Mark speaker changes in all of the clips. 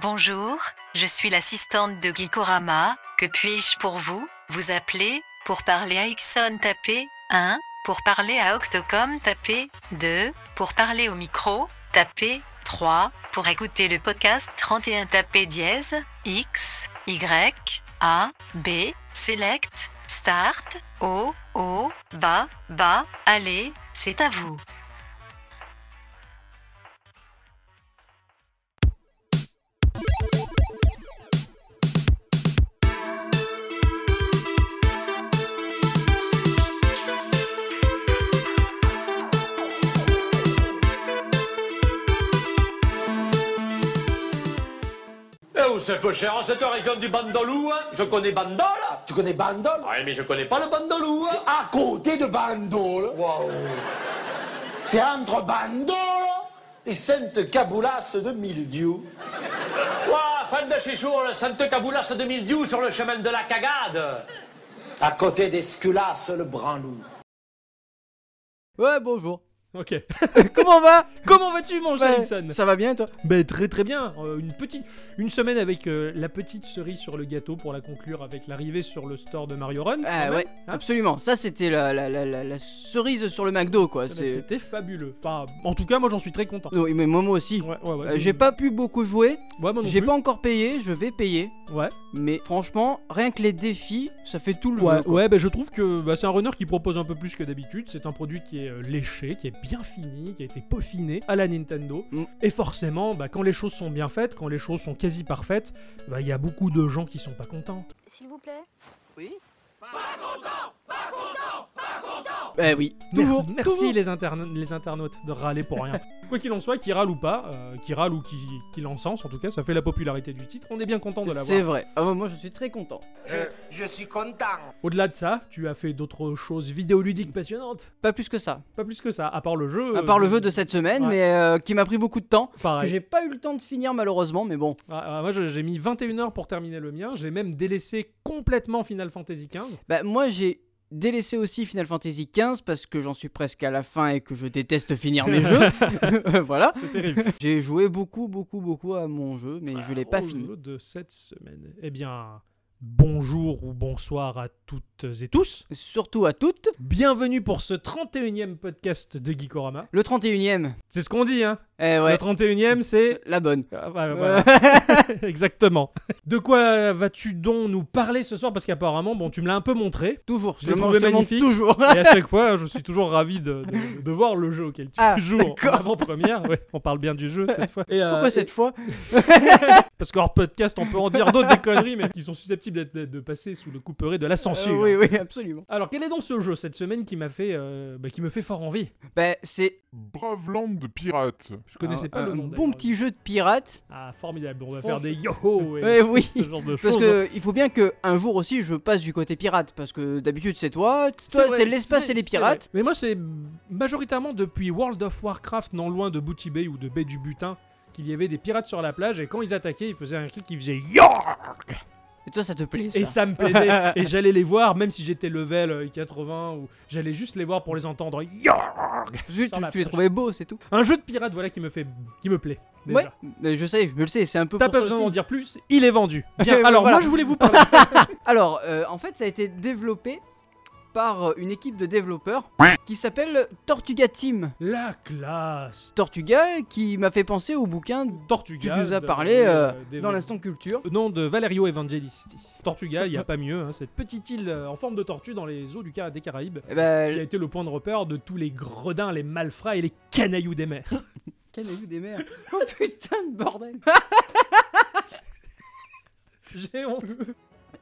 Speaker 1: Bonjour, je suis l'assistante de Gikorama. Que puis-je pour vous Vous appelez Pour parler à Ixon, tapez 1. Pour parler à Octocom, tapez 2. Pour parler au micro, tapez 3. Pour écouter le podcast 31, tapez dièse X, Y, A, B, Select, Start, O, O, bas, bas, allez, c'est à vous.
Speaker 2: Eh oh, c'est peu cher, cette région du Bandolou, hein. Je connais Bandol.
Speaker 3: Tu connais Bandol
Speaker 2: Ouais, mais je connais pas le Bandolou, hein.
Speaker 3: À côté de Bandol,
Speaker 2: Waouh.
Speaker 3: c'est entre Bandol et Sainte-Caboulasse de Mildiou.
Speaker 2: Ouah, fan de chez Chour, le Sainte Caboulas 2010 sur le chemin de la cagade.
Speaker 3: À côté d'Esculasse le Branlou.
Speaker 4: Ouais, bonjour.
Speaker 5: Ok.
Speaker 4: Comment on va
Speaker 5: Comment vas-tu, mon
Speaker 4: Ouais,
Speaker 5: Jackson
Speaker 4: Ça va bien, toi
Speaker 5: Ben très très bien. Euh, une petite, une semaine avec euh, la petite cerise sur le gâteau pour la conclure avec l'arrivée sur le store de Mario Run. quand
Speaker 4: Ah
Speaker 5: même.
Speaker 4: ouais,
Speaker 5: Hein
Speaker 4: absolument. Ça, c'était la, la, la, la- la cerise sur le McDo, quoi.
Speaker 5: Ça, ben,
Speaker 4: C'est...
Speaker 5: C'était fabuleux. Enfin, en tout cas, moi j'en suis très content.
Speaker 4: Oui, mais moi, moi aussi.
Speaker 5: Ouais, ouais, ouais.
Speaker 4: Euh, j'ai pas pu beaucoup jouer.
Speaker 5: Ouais, moi non
Speaker 4: J'ai
Speaker 5: plus.
Speaker 4: pas encore payé. Je vais payer.
Speaker 5: Ouais.
Speaker 4: Mais franchement, rien que les défis, ça fait tout le
Speaker 5: Ouais,
Speaker 4: jeu. quoi.
Speaker 5: ouais, ben, je trouve que bah, c'est un runner qui propose un peu plus que d'habitude. C'est un produit qui est euh, léché, qui est bien fini, qui a été peaufiné à la Nintendo.
Speaker 4: Mm.
Speaker 5: Et forcément, bah, quand les choses sont bien faites, quand les choses sont quasi parfaites, bah, il y a beaucoup de gens qui sont pas contents.
Speaker 6: S'il vous plaît.
Speaker 4: Eh oui. Toujours.
Speaker 5: Mer- merci
Speaker 4: toujours.
Speaker 5: Les, interne- les internautes de râler pour rien. Quoi qu'il en soit, qui râle ou pas, euh, qui râle ou qui, qui l'encense, en tout cas, ça fait la popularité du titre. On est bien content de
Speaker 4: C'est
Speaker 5: l'avoir.
Speaker 4: vrai. Ah ouais, moi, je suis très content.
Speaker 5: Au-delà de ça, tu as fait d'autres choses vidéoludiques passionnantes.
Speaker 4: Pas plus que ça.
Speaker 5: Pas plus que ça, à part le jeu.
Speaker 4: À
Speaker 5: euh,
Speaker 4: part le jeu de cette semaine,
Speaker 5: ouais.
Speaker 4: mais euh, qui m'a pris beaucoup de temps. que
Speaker 5: Pareil.
Speaker 4: J'ai pas eu le temps de finir, malheureusement, mais bon.
Speaker 5: Ah, ah, moi, je- j'ai mis 21 heures pour terminer le mien. J'ai même délaissé complètement Final Fantasy XV.
Speaker 4: Bah, moi, j'ai délaissé aussi Final Fantasy XV parce que j'en suis presque à la fin et que je déteste finir mes jeux. voilà.
Speaker 5: C'est terrible. Ah,
Speaker 4: J'ai joué beaucoup, beaucoup, beaucoup à mon jeu, mais je l'ai pas
Speaker 5: Au
Speaker 4: fini.
Speaker 5: jeu de cette semaine. Eh bien, bonjour ou bonsoir à toutes et tous.
Speaker 4: Surtout à toutes,
Speaker 5: Bienvenue pour ce 31e podcast de Geekorama.
Speaker 4: le 31ème.
Speaker 5: C'est ce qu'on dit, hein.
Speaker 4: Eh ouais,
Speaker 5: Le 31e, c'est.
Speaker 4: la bonne.
Speaker 5: Ah, bah, voilà. Exactement. De quoi vas-tu donc nous parler ce soir Parce qu'apparemment, bon, tu me l'as un peu montré.
Speaker 4: Toujours, je,
Speaker 5: Je l'ai
Speaker 4: le
Speaker 5: trouvé
Speaker 4: mange
Speaker 5: magnifique. Euh,
Speaker 4: toujours.
Speaker 5: Et à chaque fois, je suis toujours ravi de, de- de voir le jeu auquel tu
Speaker 4: Ah,
Speaker 5: joues en
Speaker 4: d'accord.
Speaker 5: avant-première. Ouais, on parle bien du jeu cette fois. Et, euh,
Speaker 4: Pourquoi cette fois
Speaker 5: Parce qu'hors podcast, on peut en dire d'autres des conneries, mais qui sont susceptibles d'être- d'être- de passer sous le couperet de la censure.
Speaker 4: Euh, Oui, oui, absolument.
Speaker 5: Alors, quel est donc ce jeu cette semaine qui m'a fait, euh, bah, qui me fait fort envie
Speaker 4: Bah, c'est
Speaker 7: Braveland de pirate.
Speaker 5: Je connaissais
Speaker 4: un,
Speaker 5: pas le
Speaker 4: un
Speaker 5: nom.
Speaker 4: bon
Speaker 5: d'ailleurs.
Speaker 4: petit jeu de pirate.
Speaker 5: Ah, formidable. On va
Speaker 4: Franchement-
Speaker 5: faire des yo
Speaker 4: Eh oui.
Speaker 5: ce genre de choses. hein.
Speaker 4: Parce que il faut bien que un jour aussi je passe du côté pirate parce que d'habitude c'est toi, toi
Speaker 5: vrai,
Speaker 4: c'est l'espace
Speaker 5: c'est-
Speaker 4: et les
Speaker 5: c'est vrai.
Speaker 4: pirates.
Speaker 5: Mais moi, c'est majoritairement depuis World of Warcraft, non loin de Booty Bay ou de Baie du Butin, qu'il y avait des pirates sur la plage et quand ils attaquaient, ils faisaient un cri qui faisait Yo
Speaker 4: Et toi ça te plaît ça.
Speaker 5: Et ça me plaisait. et j'allais les voir, même si j'étais level euh, 80, ou j'allais juste les voir pour les entendre Yo
Speaker 4: Zut,
Speaker 5: sur
Speaker 4: tu,
Speaker 5: la
Speaker 4: tu les
Speaker 5: plage.
Speaker 4: trouvais beaux, c'est tout.
Speaker 5: Un jeu de pirates, voilà, qui me fait. qui me plaît. déjà.
Speaker 4: Ouais, mais euh, je sais, je le sais, c'est un peu
Speaker 5: T'as
Speaker 4: pour
Speaker 5: pas
Speaker 4: ça
Speaker 5: besoin
Speaker 4: aussi.
Speaker 5: d'en dire plus, il est vendu. Bien,
Speaker 4: Oui,
Speaker 5: alors
Speaker 4: voilà.
Speaker 5: moi je voulais vous parler.
Speaker 4: Alors, euh, en fait, ça a été développé par euh, une équipe de développeurs qui s'appelle Tortuga Team.
Speaker 5: La classe
Speaker 4: Tortuga qui m'a fait penser au bouquin
Speaker 5: Tortuga.
Speaker 4: Tu nous as
Speaker 5: de-
Speaker 4: parlé, euh,
Speaker 5: des- Euh,
Speaker 4: dans l'instant culture.
Speaker 5: nom de Valerio Evangelisti. Tortuga, il n'y a pas mieux, hein, cette petite île euh, en forme de tortue dans les eaux du Cara- des Caraïbes,
Speaker 4: Eh
Speaker 5: qui a
Speaker 4: ben,
Speaker 5: été le point de repère de tous les gredins, les malfrats et les canailloux des mers.
Speaker 4: quelle est des mers Oh putain de bordel
Speaker 5: J'ai honte.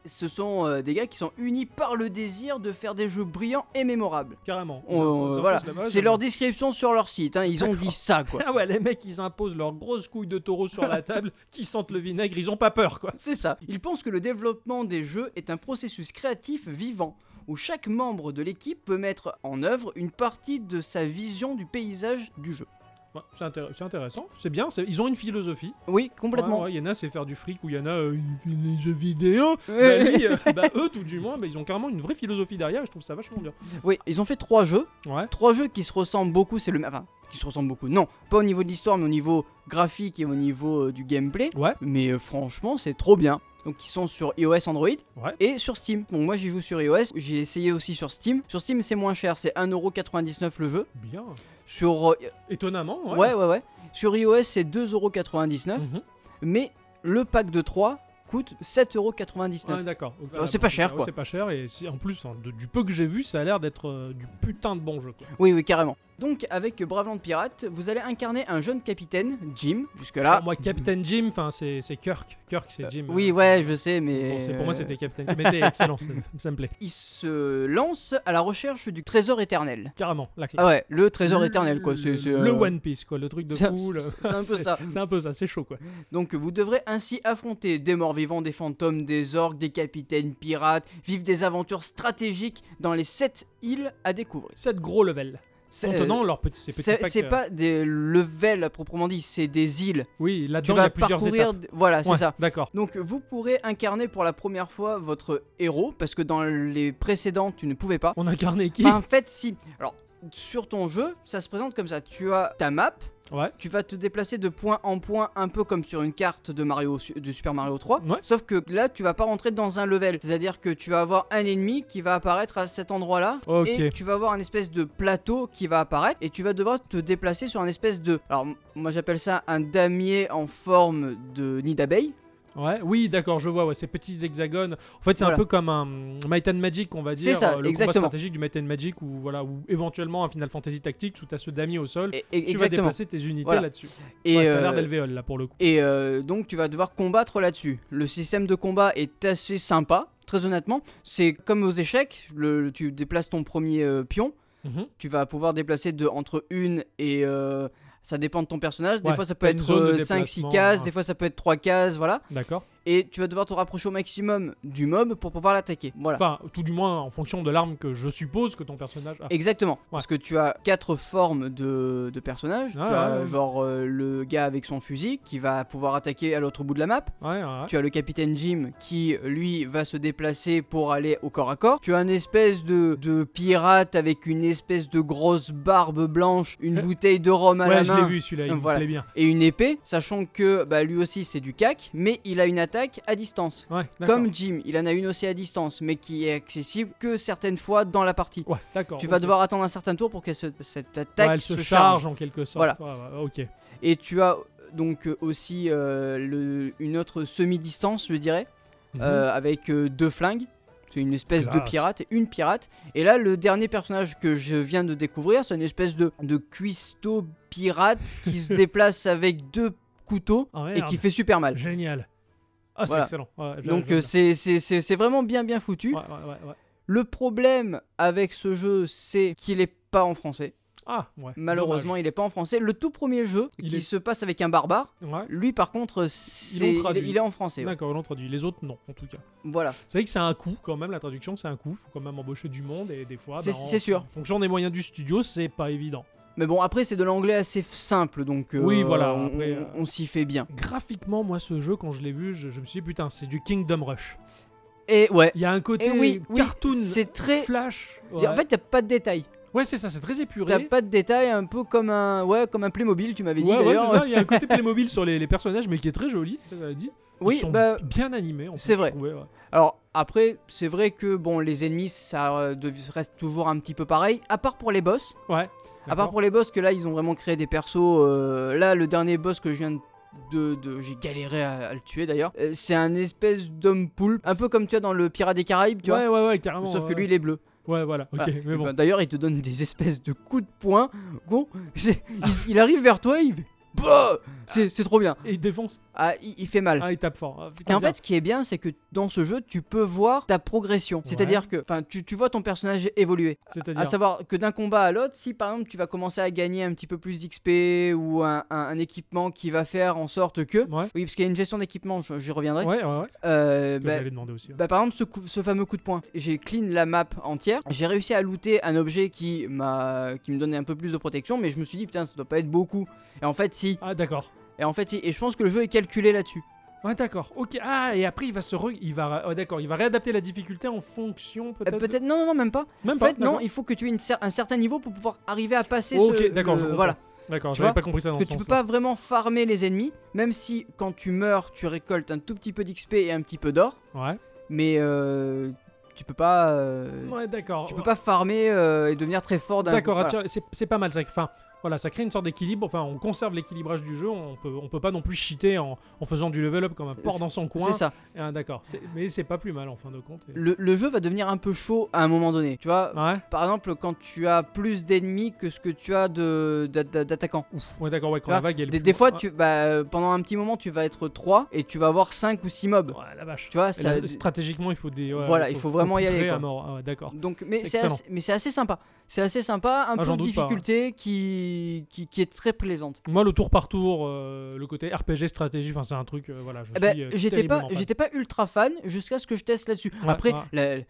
Speaker 4: Ce sont euh, des gars qui sont unis par le désir de faire des jeux brillants et mémorables.
Speaker 5: Carrément. Ils
Speaker 4: On- euh,
Speaker 5: imposent- ils
Speaker 4: voilà,
Speaker 5: imposent là-bas,
Speaker 4: c'est
Speaker 5: ils-
Speaker 4: leur description sur leur site, hein, ils ont dit ça quoi.
Speaker 5: Ah ouais, les mecs, ils imposent leurs grosses couilles de taureau sur la table, qui sentent le vinaigre, ils ont pas peur, quoi.
Speaker 4: C'est ça. Ils pensent que le développement des jeux est un processus créatif vivant, où chaque membre de l'équipe peut mettre en œuvre une partie de sa vision du paysage du jeu.
Speaker 5: Ouais, c'est intér- c'est intéressant, c'est bien, c'est- ils ont une philosophie.
Speaker 4: Oui,
Speaker 5: Ouais,
Speaker 4: complètement.
Speaker 5: ouais, Il y en a, c'est faire du fric, ou il y en a, euh, ils font des jeux vidéo. bah, lui, euh, bah, eux, tout du moins, bah, ils ont carrément une vraie philosophie derrière, et je trouve ça vachement bien.
Speaker 4: Oui, ils ont fait trois jeux.
Speaker 5: Ouais.
Speaker 4: Trois jeux qui se ressemblent beaucoup, c'est le même. Enfin, qui se ressemblent beaucoup. Non, pas au niveau de l'histoire, mais au niveau graphique et au niveau euh, du gameplay.
Speaker 5: Ouais.
Speaker 4: Mais euh, franchement, c'est trop bien. Donc ils sont sur iOS Android
Speaker 5: Ouais.
Speaker 4: et sur Steam. Donc moi j'y joue sur iOS, j'ai essayé aussi sur Steam. Sur Steam c'est moins cher, c'est 1,99€ le jeu.
Speaker 5: Bien.
Speaker 4: Sur euh,
Speaker 5: Étonnamment,
Speaker 4: ouais. ouais ouais Sur iOS c'est 2,99€,
Speaker 5: Mhm.
Speaker 4: mais le pack de 3 coûte 7,99€.
Speaker 5: Ouais, d'accord.
Speaker 4: Ah, c'est pas cher, quoi.
Speaker 5: C'est pas cher et c'est- en plus, hein, de- du peu que j'ai vu, ça a l'air d'être euh, du putain de bon jeu. Quoi.
Speaker 4: Oui oui carrément. Donc avec Braveland Pirate, vous allez incarner un jeune capitaine, Jim, jusque là.
Speaker 5: Pour moi, Captain Jim, enfin, c'est c'est Kirk. Kirk, c'est Jim.
Speaker 4: Ah. Euh,
Speaker 5: hein. euh,
Speaker 4: Oui ouais je sais mais... euh,
Speaker 5: Bon, c'est- pour moi, c'était Captain Jim. Mais c'est excellent, ça, ça me plaît.
Speaker 4: Il se lance à la recherche du trésor éternel.
Speaker 5: Carrément, la classe.
Speaker 4: Ah ouais, le trésor
Speaker 5: Le-
Speaker 4: éternel quoi. c'est- c'est,
Speaker 5: Le
Speaker 4: euh,
Speaker 5: One Piece, quoi. Le truc de
Speaker 4: c'est-
Speaker 5: cool.
Speaker 4: c'est- c'est un peu ça.
Speaker 5: C'est un peu ça, c'est chaud, quoi.
Speaker 4: Donc vous devrez ainsi affronter des morts vivants, des fantômes, des orques, des capitaines pirates, vivre des aventures stratégiques dans les 7 îles à découvrir.
Speaker 5: Sept gros levels.
Speaker 4: C'est- euh,
Speaker 5: Contenant leur petit. ces petits
Speaker 4: C'est
Speaker 5: packs,
Speaker 4: c'est
Speaker 5: euh,
Speaker 4: pas des levels à proprement dit, c'est des îles.
Speaker 5: Oui,
Speaker 4: Tu
Speaker 5: là-dedans, il y
Speaker 4: vas
Speaker 5: a plusieurs
Speaker 4: parcourir.
Speaker 5: étapes.
Speaker 4: Voilà, c'est
Speaker 5: Ouais,
Speaker 4: ça.
Speaker 5: D'accord.
Speaker 4: Donc vous pourrez incarner pour la première fois votre héros, parce que dans les précédents tu ne pouvais pas.
Speaker 5: On a incarné qui
Speaker 4: Enfin, en fait, si. Alors, sur ton jeu, ça se présente comme ça. Tu as ta map.
Speaker 5: Ouais.
Speaker 4: Tu vas te déplacer de point en point, un peu comme sur une carte de Mario, de Super Mario 3.
Speaker 5: Ouais.
Speaker 4: Sauf que là, tu vas pas rentrer dans un level. C'est-à-dire que tu vas avoir un ennemi qui va apparaître à cet endroit-là.
Speaker 5: Ok.
Speaker 4: Et tu vas avoir un espèce de plateau qui va apparaître. Et tu vas devoir te déplacer sur un espèce de. Alors, m- moi, j'appelle ça un damier en forme de nid d'abeille.
Speaker 5: Ouais, oui, d'accord, je vois, ouais, ces petits hexagones. En fait, c'est
Speaker 4: Voilà.
Speaker 5: un peu comme un mm, Might and Magic, on va
Speaker 4: C'est
Speaker 5: dire.
Speaker 4: ça,
Speaker 5: euh, le combat
Speaker 4: exactement.
Speaker 5: stratégique du Might and Magic, ou voilà, ou éventuellement un Final Fantasy Tactics où t'as ce damier au sol.
Speaker 4: Et, et-
Speaker 5: tu vas
Speaker 4: E-, exactement.
Speaker 5: déplacer tes unités
Speaker 4: Voilà.
Speaker 5: là-dessus.
Speaker 4: Et,
Speaker 5: Ouais, ça a l'air
Speaker 4: euh,
Speaker 5: d'alvéole là pour le coup.
Speaker 4: Et euh, donc tu vas devoir combattre là-dessus. Le système de combat est assez sympa, très honnêtement. C'est comme aux échecs, le, tu déplaces ton premier euh, pion,
Speaker 5: Mhm.
Speaker 4: tu vas pouvoir déplacer de, entre une et... euh, ça dépend de ton personnage, des
Speaker 5: Ouais,
Speaker 4: fois ça peut
Speaker 5: t'as une zone de
Speaker 4: être 5-6
Speaker 5: déplacement,
Speaker 4: cases,
Speaker 5: ouais.
Speaker 4: des fois ça peut être 3 cases, voilà.
Speaker 5: D'accord.
Speaker 4: Et tu vas devoir te rapprocher au maximum du mob pour pouvoir l'attaquer. Voilà.
Speaker 5: Enfin, tout du moins en fonction de l'arme que je suppose que ton personnage a.
Speaker 4: Exactement, parce que tu as quatre formes de, de personnages.
Speaker 5: Ah,
Speaker 4: tu as
Speaker 5: ouais, ouais.
Speaker 4: genre euh, le gars avec son fusil qui va pouvoir attaquer à l'autre bout de la map.
Speaker 5: Ouais, ouais.
Speaker 4: Tu as le capitaine Jim qui, lui, va se déplacer pour aller au corps à corps. Tu as un espèce de, de pirate avec une espèce de grosse barbe blanche, une
Speaker 5: Euh,
Speaker 4: bouteille de rhum à
Speaker 5: Ouais,
Speaker 4: la
Speaker 5: je l'ai
Speaker 4: main
Speaker 5: vu celui-là, il me
Speaker 4: Voilà.
Speaker 5: plaît bien.
Speaker 4: et une épée, sachant que bah, lui aussi c'est du cac, mais il a une attaque à distance.
Speaker 5: Ouais, d'accord.
Speaker 4: Comme Jim, il en a une aussi à distance, mais qui est accessible que certaines fois dans la partie.
Speaker 5: Ouais, d'accord.
Speaker 4: Tu vas
Speaker 5: ok.
Speaker 4: devoir attendre un certain tour pour que ce- cette
Speaker 5: Oh, Ouais,
Speaker 4: attaque
Speaker 5: elle se,
Speaker 4: se
Speaker 5: charge en quelque sorte.
Speaker 4: Voilà.
Speaker 5: Ouais, ouais, ok.
Speaker 4: Et tu as donc euh, aussi euh, le- une autre semi-distance, je dirais. euh, avec euh, deux flingues. C'est une espèce de
Speaker 5: Mhm. Classe.
Speaker 4: pirate, une pirate. Et là, le dernier personnage que je viens de découvrir, c'est une espèce de, de cuistot pirate qui se déplace avec deux couteaux
Speaker 5: Ah,
Speaker 4: et
Speaker 5: merde.
Speaker 4: qui fait super mal.
Speaker 5: Génial. Ah, c'est
Speaker 4: Voilà.
Speaker 5: excellent. Ouais, j'aime-
Speaker 4: Donc
Speaker 5: j'aime
Speaker 4: euh, c'est- c'est c'est- c'est vraiment bien bien foutu.
Speaker 5: bien. Ouais, ouais, ouais, ouais.
Speaker 4: Le problème avec ce jeu, c'est qu'il est pas en français.
Speaker 5: Ah, ouais.
Speaker 4: Malheureusement, il est pas en français. Le tout premier jeu
Speaker 5: Il
Speaker 4: qui
Speaker 5: est-
Speaker 4: se passe avec un barbare,
Speaker 5: dommage. Ouais.
Speaker 4: lui par contre, c'est- il, est,
Speaker 5: traduit.
Speaker 4: il est en français. ouais.
Speaker 5: D'accord, on l'a traduit. Les autres, non, en tout cas.
Speaker 4: Voilà.
Speaker 5: C'est vrai que c'est un coût quand même, la traduction, c'est un coût. Faut quand même embaucher du monde et des fois.
Speaker 4: C'est-
Speaker 5: ben, en-
Speaker 4: c'est sûr.
Speaker 5: En fonction des moyens du studio, c'est pas évident.
Speaker 4: Mais bon, après, c'est de l'anglais assez f- simple, donc euh,
Speaker 5: Oui, voilà,
Speaker 4: on,
Speaker 5: après,
Speaker 4: on-
Speaker 5: euh,
Speaker 4: on s'y fait bien.
Speaker 5: Graphiquement, moi, ce jeu, quand je l'ai vu, je, je me suis dit, putain, c'est du Kingdom Rush.
Speaker 4: Et ouais,
Speaker 5: Il y a un côté
Speaker 4: Eh oui, oui,
Speaker 5: cartoon,
Speaker 4: c'est très-
Speaker 5: flash.
Speaker 4: en fait, t'as pas de détails.
Speaker 5: ouais, c'est ça, c'est très
Speaker 4: T'as
Speaker 5: épuré.
Speaker 4: pas de détails, un peu comme un, ouais, comme un Playmobil, tu m'avais dit
Speaker 5: Ouais, ouais, c'est
Speaker 4: d'ailleurs.
Speaker 5: ça. Il y a un côté Playmobil sur les, les personnages, mais qui est très joli. ça, ça l'a dit.
Speaker 4: oui,
Speaker 5: Ils sont
Speaker 4: bah,
Speaker 5: bien animés. en
Speaker 4: c'est
Speaker 5: plus,
Speaker 4: vrai.
Speaker 5: je trouvais, ouais.
Speaker 4: alors après, c'est vrai que bon, les ennemis, ça euh, dev- reste toujours un petit peu pareil, à part pour les boss.
Speaker 5: Ouais.
Speaker 4: À part pour les boss, que là, ils ont vraiment créé des persos. euh, là, le dernier boss que je viens de. de- de- j'ai galéré à, à le tuer d'ailleurs. Euh, c'est un espèce d'homme poulpe, un peu comme tu as dans le Pirate des Caraïbes, tu
Speaker 5: Ouais, ouais, ouais, carrément.
Speaker 4: vois. Sauf que
Speaker 5: ouais,
Speaker 4: lui, il est bleu.
Speaker 5: Ouais, voilà, ok,
Speaker 4: Voilà.
Speaker 5: mais
Speaker 4: Et
Speaker 5: bon.
Speaker 4: ben, D'ailleurs, il te donne des espèces de coups de poing. Gon, c'est- il, il arrive vers toi, il fait Bah C'est c'est trop bien.
Speaker 5: Et il défonce.
Speaker 4: Ah, il, il fait mal.
Speaker 5: Ah, il tape fort. Ah,
Speaker 4: Et
Speaker 5: putain,
Speaker 4: en
Speaker 5: bien.
Speaker 4: fait, ce qui est bien, c'est que dans ce jeu, tu peux voir ta progression. C'est-à-dire que enfin, tu, tu vois ton personnage évoluer.
Speaker 5: c'est-à-dire.
Speaker 4: À savoir que d'un combat à l'autre, si par exemple tu vas commencer à gagner un petit peu plus d'XP ou un, un- un équipement qui va faire en sorte que.
Speaker 5: Ouais,
Speaker 4: Oui, parce qu'il y a une gestion d'équipement, je- j'y reviendrai.
Speaker 5: Mm. ouais, ouais. ouais.
Speaker 4: Euh,
Speaker 5: Que
Speaker 4: bah,
Speaker 5: J'allais demander aussi. ouais.
Speaker 4: bah, par exemple, ce, coup- ce fameux coup de poing, j'ai clean la map entière. J'ai réussi à looter un objet qui m'a, qui me donnait un peu plus de protection, mais je me suis dit putain, ça doit pas être beaucoup. Et en fait, si.
Speaker 5: Ah, d'accord.
Speaker 4: Et en fait, si. Et je pense que le jeu est calculé là-dessus. Euh,
Speaker 5: Ouais, d'accord. Ok. Ah, et après, il va se. Re... Il va. ouais, d'accord. Il va réadapter la difficulté en fonction
Speaker 4: Euh,
Speaker 5: peut-être. de-
Speaker 4: Peut-être non, non, non, même pas.
Speaker 5: Même
Speaker 4: En
Speaker 5: pas.
Speaker 4: fait, non,
Speaker 5: d'accord.
Speaker 4: il faut que tu aies une cer- un certain niveau pour pouvoir arriver à passer.
Speaker 5: Ok,
Speaker 4: ce-
Speaker 5: d'accord, je
Speaker 4: le-
Speaker 5: comprends.
Speaker 4: Voilà.
Speaker 5: D'accord,
Speaker 4: Tu
Speaker 5: j'avais
Speaker 4: vois
Speaker 5: pas compris ça dans
Speaker 4: que
Speaker 5: ce
Speaker 4: tu peux
Speaker 5: sens-là.
Speaker 4: pas vraiment farmer les ennemis, même si quand tu meurs, tu récoltes un tout petit peu d'XP et un petit peu d'or,
Speaker 5: Ouais.
Speaker 4: mais euh, tu peux pas euh,
Speaker 5: Ouais, d'accord.
Speaker 4: tu peux pas farmer euh, et devenir très fort d'un coup,
Speaker 5: D'accord,
Speaker 4: voilà.
Speaker 5: attire- c'est c'est pas mal ça. Enfin, voilà, ça crée une sorte d'équilibre. Enfin, on conserve l'équilibrage du jeu. On peut, on peut pas non plus cheater en, en faisant du level up comme un porc dans son coin.
Speaker 4: C'est ça.
Speaker 5: Ah, D'accord, C'est- mais c'est pas plus mal en fin de compte. Et-
Speaker 4: Le, le jeu va devenir un peu chaud à un moment donné. Tu vois,
Speaker 5: Ouais,
Speaker 4: par exemple, quand tu as plus d'ennemis que ce que tu as de- d'a- d'a- d'attaquants.
Speaker 5: ouais d'accord, ouais, quand
Speaker 4: Tu
Speaker 5: la
Speaker 4: vois,
Speaker 5: vague elle.
Speaker 4: Des, des fois, tu, bah, euh, pendant un petit moment, tu vas être 3 et tu vas avoir 5 ou 6 mobs.
Speaker 5: Ouais, la vache.
Speaker 4: Tu vois,
Speaker 5: Et
Speaker 4: ça,
Speaker 5: là, stratégiquement, il faut des. ouais,
Speaker 4: Voilà, il faut vraiment y
Speaker 5: poutrer
Speaker 4: aller,
Speaker 5: à
Speaker 4: quoi.
Speaker 5: mort. Ah ouais, d'accord.
Speaker 4: Donc, mais
Speaker 5: C'est
Speaker 4: c'est
Speaker 5: excellent.
Speaker 4: assez, mais c'est assez sympa. C'est assez sympa, un
Speaker 5: Ah,
Speaker 4: peu
Speaker 5: j'en
Speaker 4: de
Speaker 5: doute pas, ouais.
Speaker 4: difficulté qui, qui, qui est très plaisante.
Speaker 5: Moi, le tour par tour, euh, le côté RPG stratégie, enfin, c'est un truc. euh, voilà, je
Speaker 4: Eh ben,
Speaker 5: suis. euh,
Speaker 4: j'étais pas,
Speaker 5: terriblement fan.
Speaker 4: j'étais pas ultra fan jusqu'à ce que je teste là-dessus.
Speaker 5: Ouais,
Speaker 4: Après,
Speaker 5: ouais.
Speaker 4: La, la-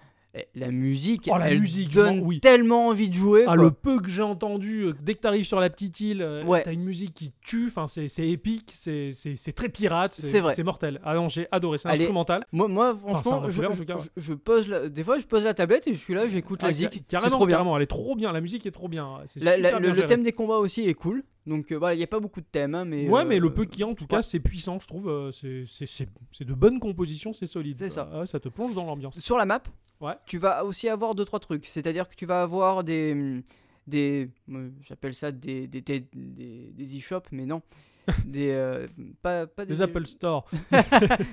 Speaker 4: la musique,
Speaker 5: Oh, la
Speaker 4: elle
Speaker 5: musique, je
Speaker 4: donne
Speaker 5: m'en- oui.
Speaker 4: tellement envie de jouer.
Speaker 5: Ah,
Speaker 4: quoi.
Speaker 5: le peu que j'ai entendu, euh, dès que t'arrives sur la petite île, euh,
Speaker 4: Ouais.
Speaker 5: t'as une musique qui tue, enfin, c'est c'est épique, c'est- c'est c'est très pirate,
Speaker 4: C'est vrai.
Speaker 5: c'est mortel. Ah non, j'ai adoré, c'est
Speaker 4: Allez.
Speaker 5: instrumental.
Speaker 4: Moi, moi
Speaker 5: c'est un
Speaker 4: franchement,
Speaker 5: vrai
Speaker 4: je,
Speaker 5: couleur, en
Speaker 4: je-
Speaker 5: tout cas, ouais.
Speaker 4: je- je pose, la- des fois, je pose la tablette et je suis là, j'écoute la
Speaker 5: Ah,
Speaker 4: musique.
Speaker 5: ca-
Speaker 4: C'est
Speaker 5: carrément,
Speaker 4: trop bien.
Speaker 5: carrément, elle est trop bien, la musique est trop bien. hein, c'est
Speaker 4: La- la-
Speaker 5: super
Speaker 4: le,
Speaker 5: bien
Speaker 4: le
Speaker 5: géré.
Speaker 4: thème des combats aussi est cool. Donc euh, voilà, il n'y a pas beaucoup de thèmes. hein, mais,
Speaker 5: ouais,
Speaker 4: euh,
Speaker 5: mais le peu qui en tout cas,
Speaker 4: ouais.
Speaker 5: c'est puissant, je trouve. euh, c'est- c'est- C'est c'est de bonnes compositions, c'est solide.
Speaker 4: C'est ça.
Speaker 5: Ah, ça te plonge dans l'ambiance.
Speaker 4: euh, Sur la map,
Speaker 5: Ouais.
Speaker 4: tu vas aussi avoir deux trois trucs. C'est-à-dire que tu vas avoir des. mm, des euh, J'appelle ça des, des, des, des- des e-shops, mais non. des, euh, pas, pas des,
Speaker 5: Des Apple Store.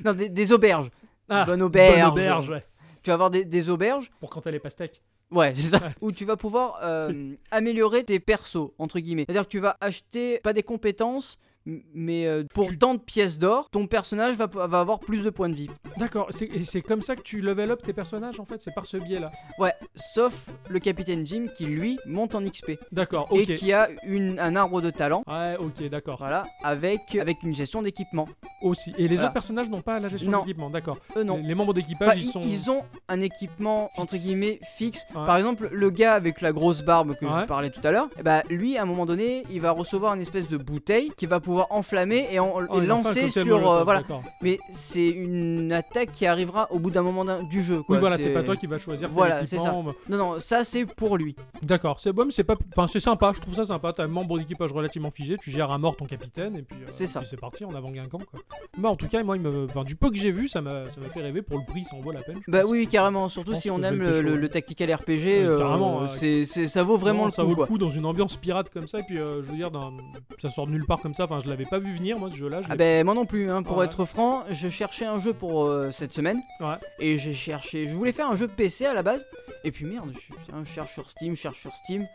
Speaker 4: Non, des, des auberges.
Speaker 5: Ah,
Speaker 4: bonne auberge.
Speaker 5: Bonne auberge, ouais.
Speaker 4: Tu vas avoir des, des auberges.
Speaker 5: Pour quand elle est pastèque.
Speaker 4: Ouais, c'est ça. Où tu vas pouvoir euh, améliorer tes persos, entre guillemets. C'est-à-dire que tu vas acheter, pas des compétences, m- mais euh, pour
Speaker 5: Tu-
Speaker 4: tant de pièces d'or, ton personnage va, va avoir plus de points de vie.
Speaker 5: D'accord, c'est- et c'est comme ça que tu level up tes personnages en fait, c'est par ce biais-là.
Speaker 4: Ouais, sauf le capitaine Jim qui, lui, monte en XP.
Speaker 5: D'accord, ok.
Speaker 4: Et qui a une, un arbre de talent.
Speaker 5: Ouais, ok, d'accord.
Speaker 4: Voilà, avec, avec une gestion d'équipement.
Speaker 5: Aussi. Et les
Speaker 4: Voilà.
Speaker 5: autres personnages n'ont pas la gestion
Speaker 4: Non.
Speaker 5: d'équipement, d'accord.
Speaker 4: Eux, non.
Speaker 5: Les, les membres d'équipage,
Speaker 4: Enfin,
Speaker 5: ils sont.
Speaker 4: ont un équipement entre
Speaker 5: Fixe.
Speaker 4: guillemets fixe.
Speaker 5: Ouais.
Speaker 4: Par exemple, le gars avec la grosse barbe que je
Speaker 5: Ouais.
Speaker 4: vous parlais tout à l'heure, eh ben, lui, à un moment donné, il va recevoir une espèce de bouteille qui va pouvoir enflammer et, en- et
Speaker 5: Ah, ils ont fait un
Speaker 4: lancer
Speaker 5: cocktail
Speaker 4: sur.
Speaker 5: Molotov,
Speaker 4: euh, voilà.
Speaker 5: d'accord.
Speaker 4: Mais c'est une attaque qui arrivera au bout d'un moment d'un- du jeu. Quoi.
Speaker 5: oui, voilà, c'est pas toi qui vas choisir tes
Speaker 4: Voilà, c'est ça.
Speaker 5: équipements. bah,
Speaker 4: Non, non, ça c'est pour lui.
Speaker 5: D'accord, c'est bon, mais c'est pas. Enfin, c'est sympa, je trouve ça sympa. T'as un membre d'équipage relativement figé, tu gères à mort ton capitaine, et puis. euh,
Speaker 4: C'est ça.
Speaker 5: et puis c'est parti, on avant guingamp quoi. Bah, en tout cas, moi, il me... enfin, du peu que j'ai vu, ça m'a ça m'a fait rêver pour le prix, ça en vaut la peine. je
Speaker 4: Bah
Speaker 5: pense.
Speaker 4: oui, carrément. Surtout
Speaker 5: pense
Speaker 4: si
Speaker 5: que
Speaker 4: on
Speaker 5: je vais
Speaker 4: aime
Speaker 5: le
Speaker 4: le,
Speaker 5: pécho,
Speaker 4: le-
Speaker 5: ouais.
Speaker 4: le tactical RPG,
Speaker 5: Ouais,
Speaker 4: euh,
Speaker 5: carrément, ouais.
Speaker 4: c'est- c'est- ça vaut vraiment
Speaker 5: Non,
Speaker 4: le
Speaker 5: ça
Speaker 4: coup.
Speaker 5: vaut
Speaker 4: quoi.
Speaker 5: le coup dans une ambiance pirate comme ça, et puis euh, je veux dire, d'un- ça sort de nulle part comme ça. Enfin, je l'avais pas vu venir, moi, ce jeu-là. je
Speaker 4: Ah
Speaker 5: l'ai-
Speaker 4: ben moi non plus, hein, pour
Speaker 5: Ouais.
Speaker 4: être franc, je cherchais un jeu pour euh, cette semaine.
Speaker 5: Ouais.
Speaker 4: Et j'ai cherché, je voulais faire un jeu PC à la base. Et puis merde, je, putain, je cherche sur Steam, je cherche sur Steam.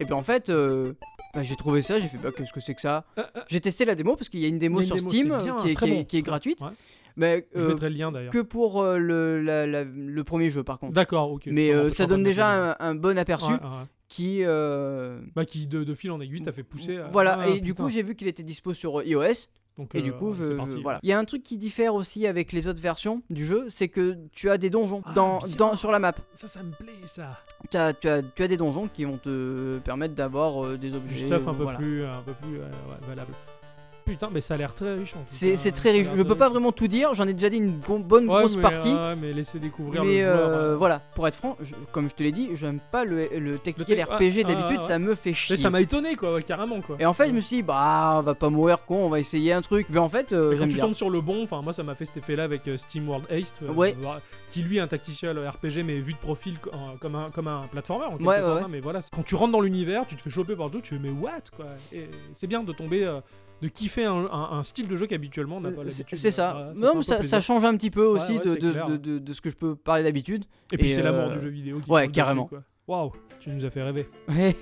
Speaker 4: Et ben en fait, euh, bah, j'ai trouvé ça, j'ai fait bah qu'est-ce que c'est que ça
Speaker 5: Euh, euh.
Speaker 4: J'ai testé la démo parce qu'il y a une démo
Speaker 5: Il y a une
Speaker 4: sur
Speaker 5: démo,
Speaker 4: Steam
Speaker 5: c'est bien,
Speaker 4: euh, qui, est,
Speaker 5: très
Speaker 4: qui est-
Speaker 5: bon.
Speaker 4: qui est gratuite.
Speaker 5: Ouais.
Speaker 4: Mais
Speaker 5: Je
Speaker 4: euh,
Speaker 5: mettrai le lien d'ailleurs.
Speaker 4: que pour euh, le, la- la- le premier jeu par contre.
Speaker 5: D'accord, ok.
Speaker 4: Mais
Speaker 5: on
Speaker 4: euh,
Speaker 5: peut
Speaker 4: ça
Speaker 5: s'en
Speaker 4: donne
Speaker 5: donner
Speaker 4: déjà un, un bon aperçu
Speaker 5: Ouais, ouais.
Speaker 4: qui... euh,
Speaker 5: Bah, qui de, de fil en aiguille t'a fait pousser. à-
Speaker 4: Voilà,
Speaker 5: Ah,
Speaker 4: et du
Speaker 5: putain.
Speaker 4: coup j'ai vu qu'il était dispo sur iOS.
Speaker 5: Donc,
Speaker 4: Et
Speaker 5: euh,
Speaker 4: du coup, je,
Speaker 5: c'est
Speaker 4: je-
Speaker 5: parti.
Speaker 4: voilà. Il y a un truc qui diffère aussi avec les autres versions du jeu, c'est que tu as des donjons
Speaker 5: Ah,
Speaker 4: dans,
Speaker 5: bien.
Speaker 4: dans- sur la map.
Speaker 5: Ça, ça me plaît, ça.
Speaker 4: Tu as, tu as- tu as des donjons qui vont te permettre d'avoir euh, des
Speaker 5: Du
Speaker 4: objets.
Speaker 5: stuff un
Speaker 4: euh,
Speaker 5: peu
Speaker 4: voilà.
Speaker 5: plus, un peu plus euh, ouais, valable. Putain, mais ça a l'air très riche. en tout
Speaker 4: C'est
Speaker 5: cas.
Speaker 4: c'est très
Speaker 5: Ah, Ça a
Speaker 4: riche.
Speaker 5: l'air
Speaker 4: Je
Speaker 5: de-
Speaker 4: peux pas vraiment tout dire, j'en ai déjà dit une bon- bonne
Speaker 5: Ouais,
Speaker 4: grosse
Speaker 5: mais,
Speaker 4: partie.
Speaker 5: ouais, mais laissez découvrir
Speaker 4: mais
Speaker 5: le joueur.
Speaker 4: euh,
Speaker 5: ouais.
Speaker 4: voilà, pour être franc, je- comme je te l'ai dit, j'aime pas le, le technical
Speaker 5: tec- ah,
Speaker 4: RPG
Speaker 5: ah,
Speaker 4: d'habitude,
Speaker 5: ah,
Speaker 4: ça me fait chier.
Speaker 5: Mais ça m'a étonné, quoi, ouais, carrément, quoi.
Speaker 4: Et en fait,
Speaker 5: Ouais.
Speaker 4: je me suis dit, bah, on va pas mourir, con, on va essayer un truc. Mais en fait, euh,
Speaker 5: Mais quand
Speaker 4: j'aime
Speaker 5: tu
Speaker 4: bien.
Speaker 5: tombes sur le bon, enfin moi ça m'a fait cet effet-là avec euh, Steam World Heist, euh,
Speaker 4: Ouais.
Speaker 5: voir- qui lui est un tactical RPG mais vu de profil co- en- comme un comme un platformer. En quelque
Speaker 4: Ouais, ouais,
Speaker 5: sorte,
Speaker 4: ouais.
Speaker 5: hein, mais voilà, quand tu rentres dans l'univers, tu te fais choper partout, tu fais mais what quoi. Et c'est bien de tomber, euh, de kiffer un, un- un style de jeu qu'habituellement on n'a pas
Speaker 4: C'est-
Speaker 5: l'habitude.
Speaker 4: C'est
Speaker 5: Ouais,
Speaker 4: ça.
Speaker 5: fait un
Speaker 4: non,
Speaker 5: peu
Speaker 4: mais ça,
Speaker 5: plaisir.
Speaker 4: ça change un petit peu aussi
Speaker 5: ouais,
Speaker 4: de-
Speaker 5: c'est
Speaker 4: de-
Speaker 5: clair.
Speaker 4: de- de- de ce que je peux parler d'habitude.
Speaker 5: Et puis
Speaker 4: Et,
Speaker 5: c'est la mort
Speaker 4: euh,
Speaker 5: du jeu vidéo. Qui
Speaker 4: ouais,
Speaker 5: coule dessus,
Speaker 4: carrément.
Speaker 5: quoi. Waouh, tu nous as fait rêver.
Speaker 4: Ouais.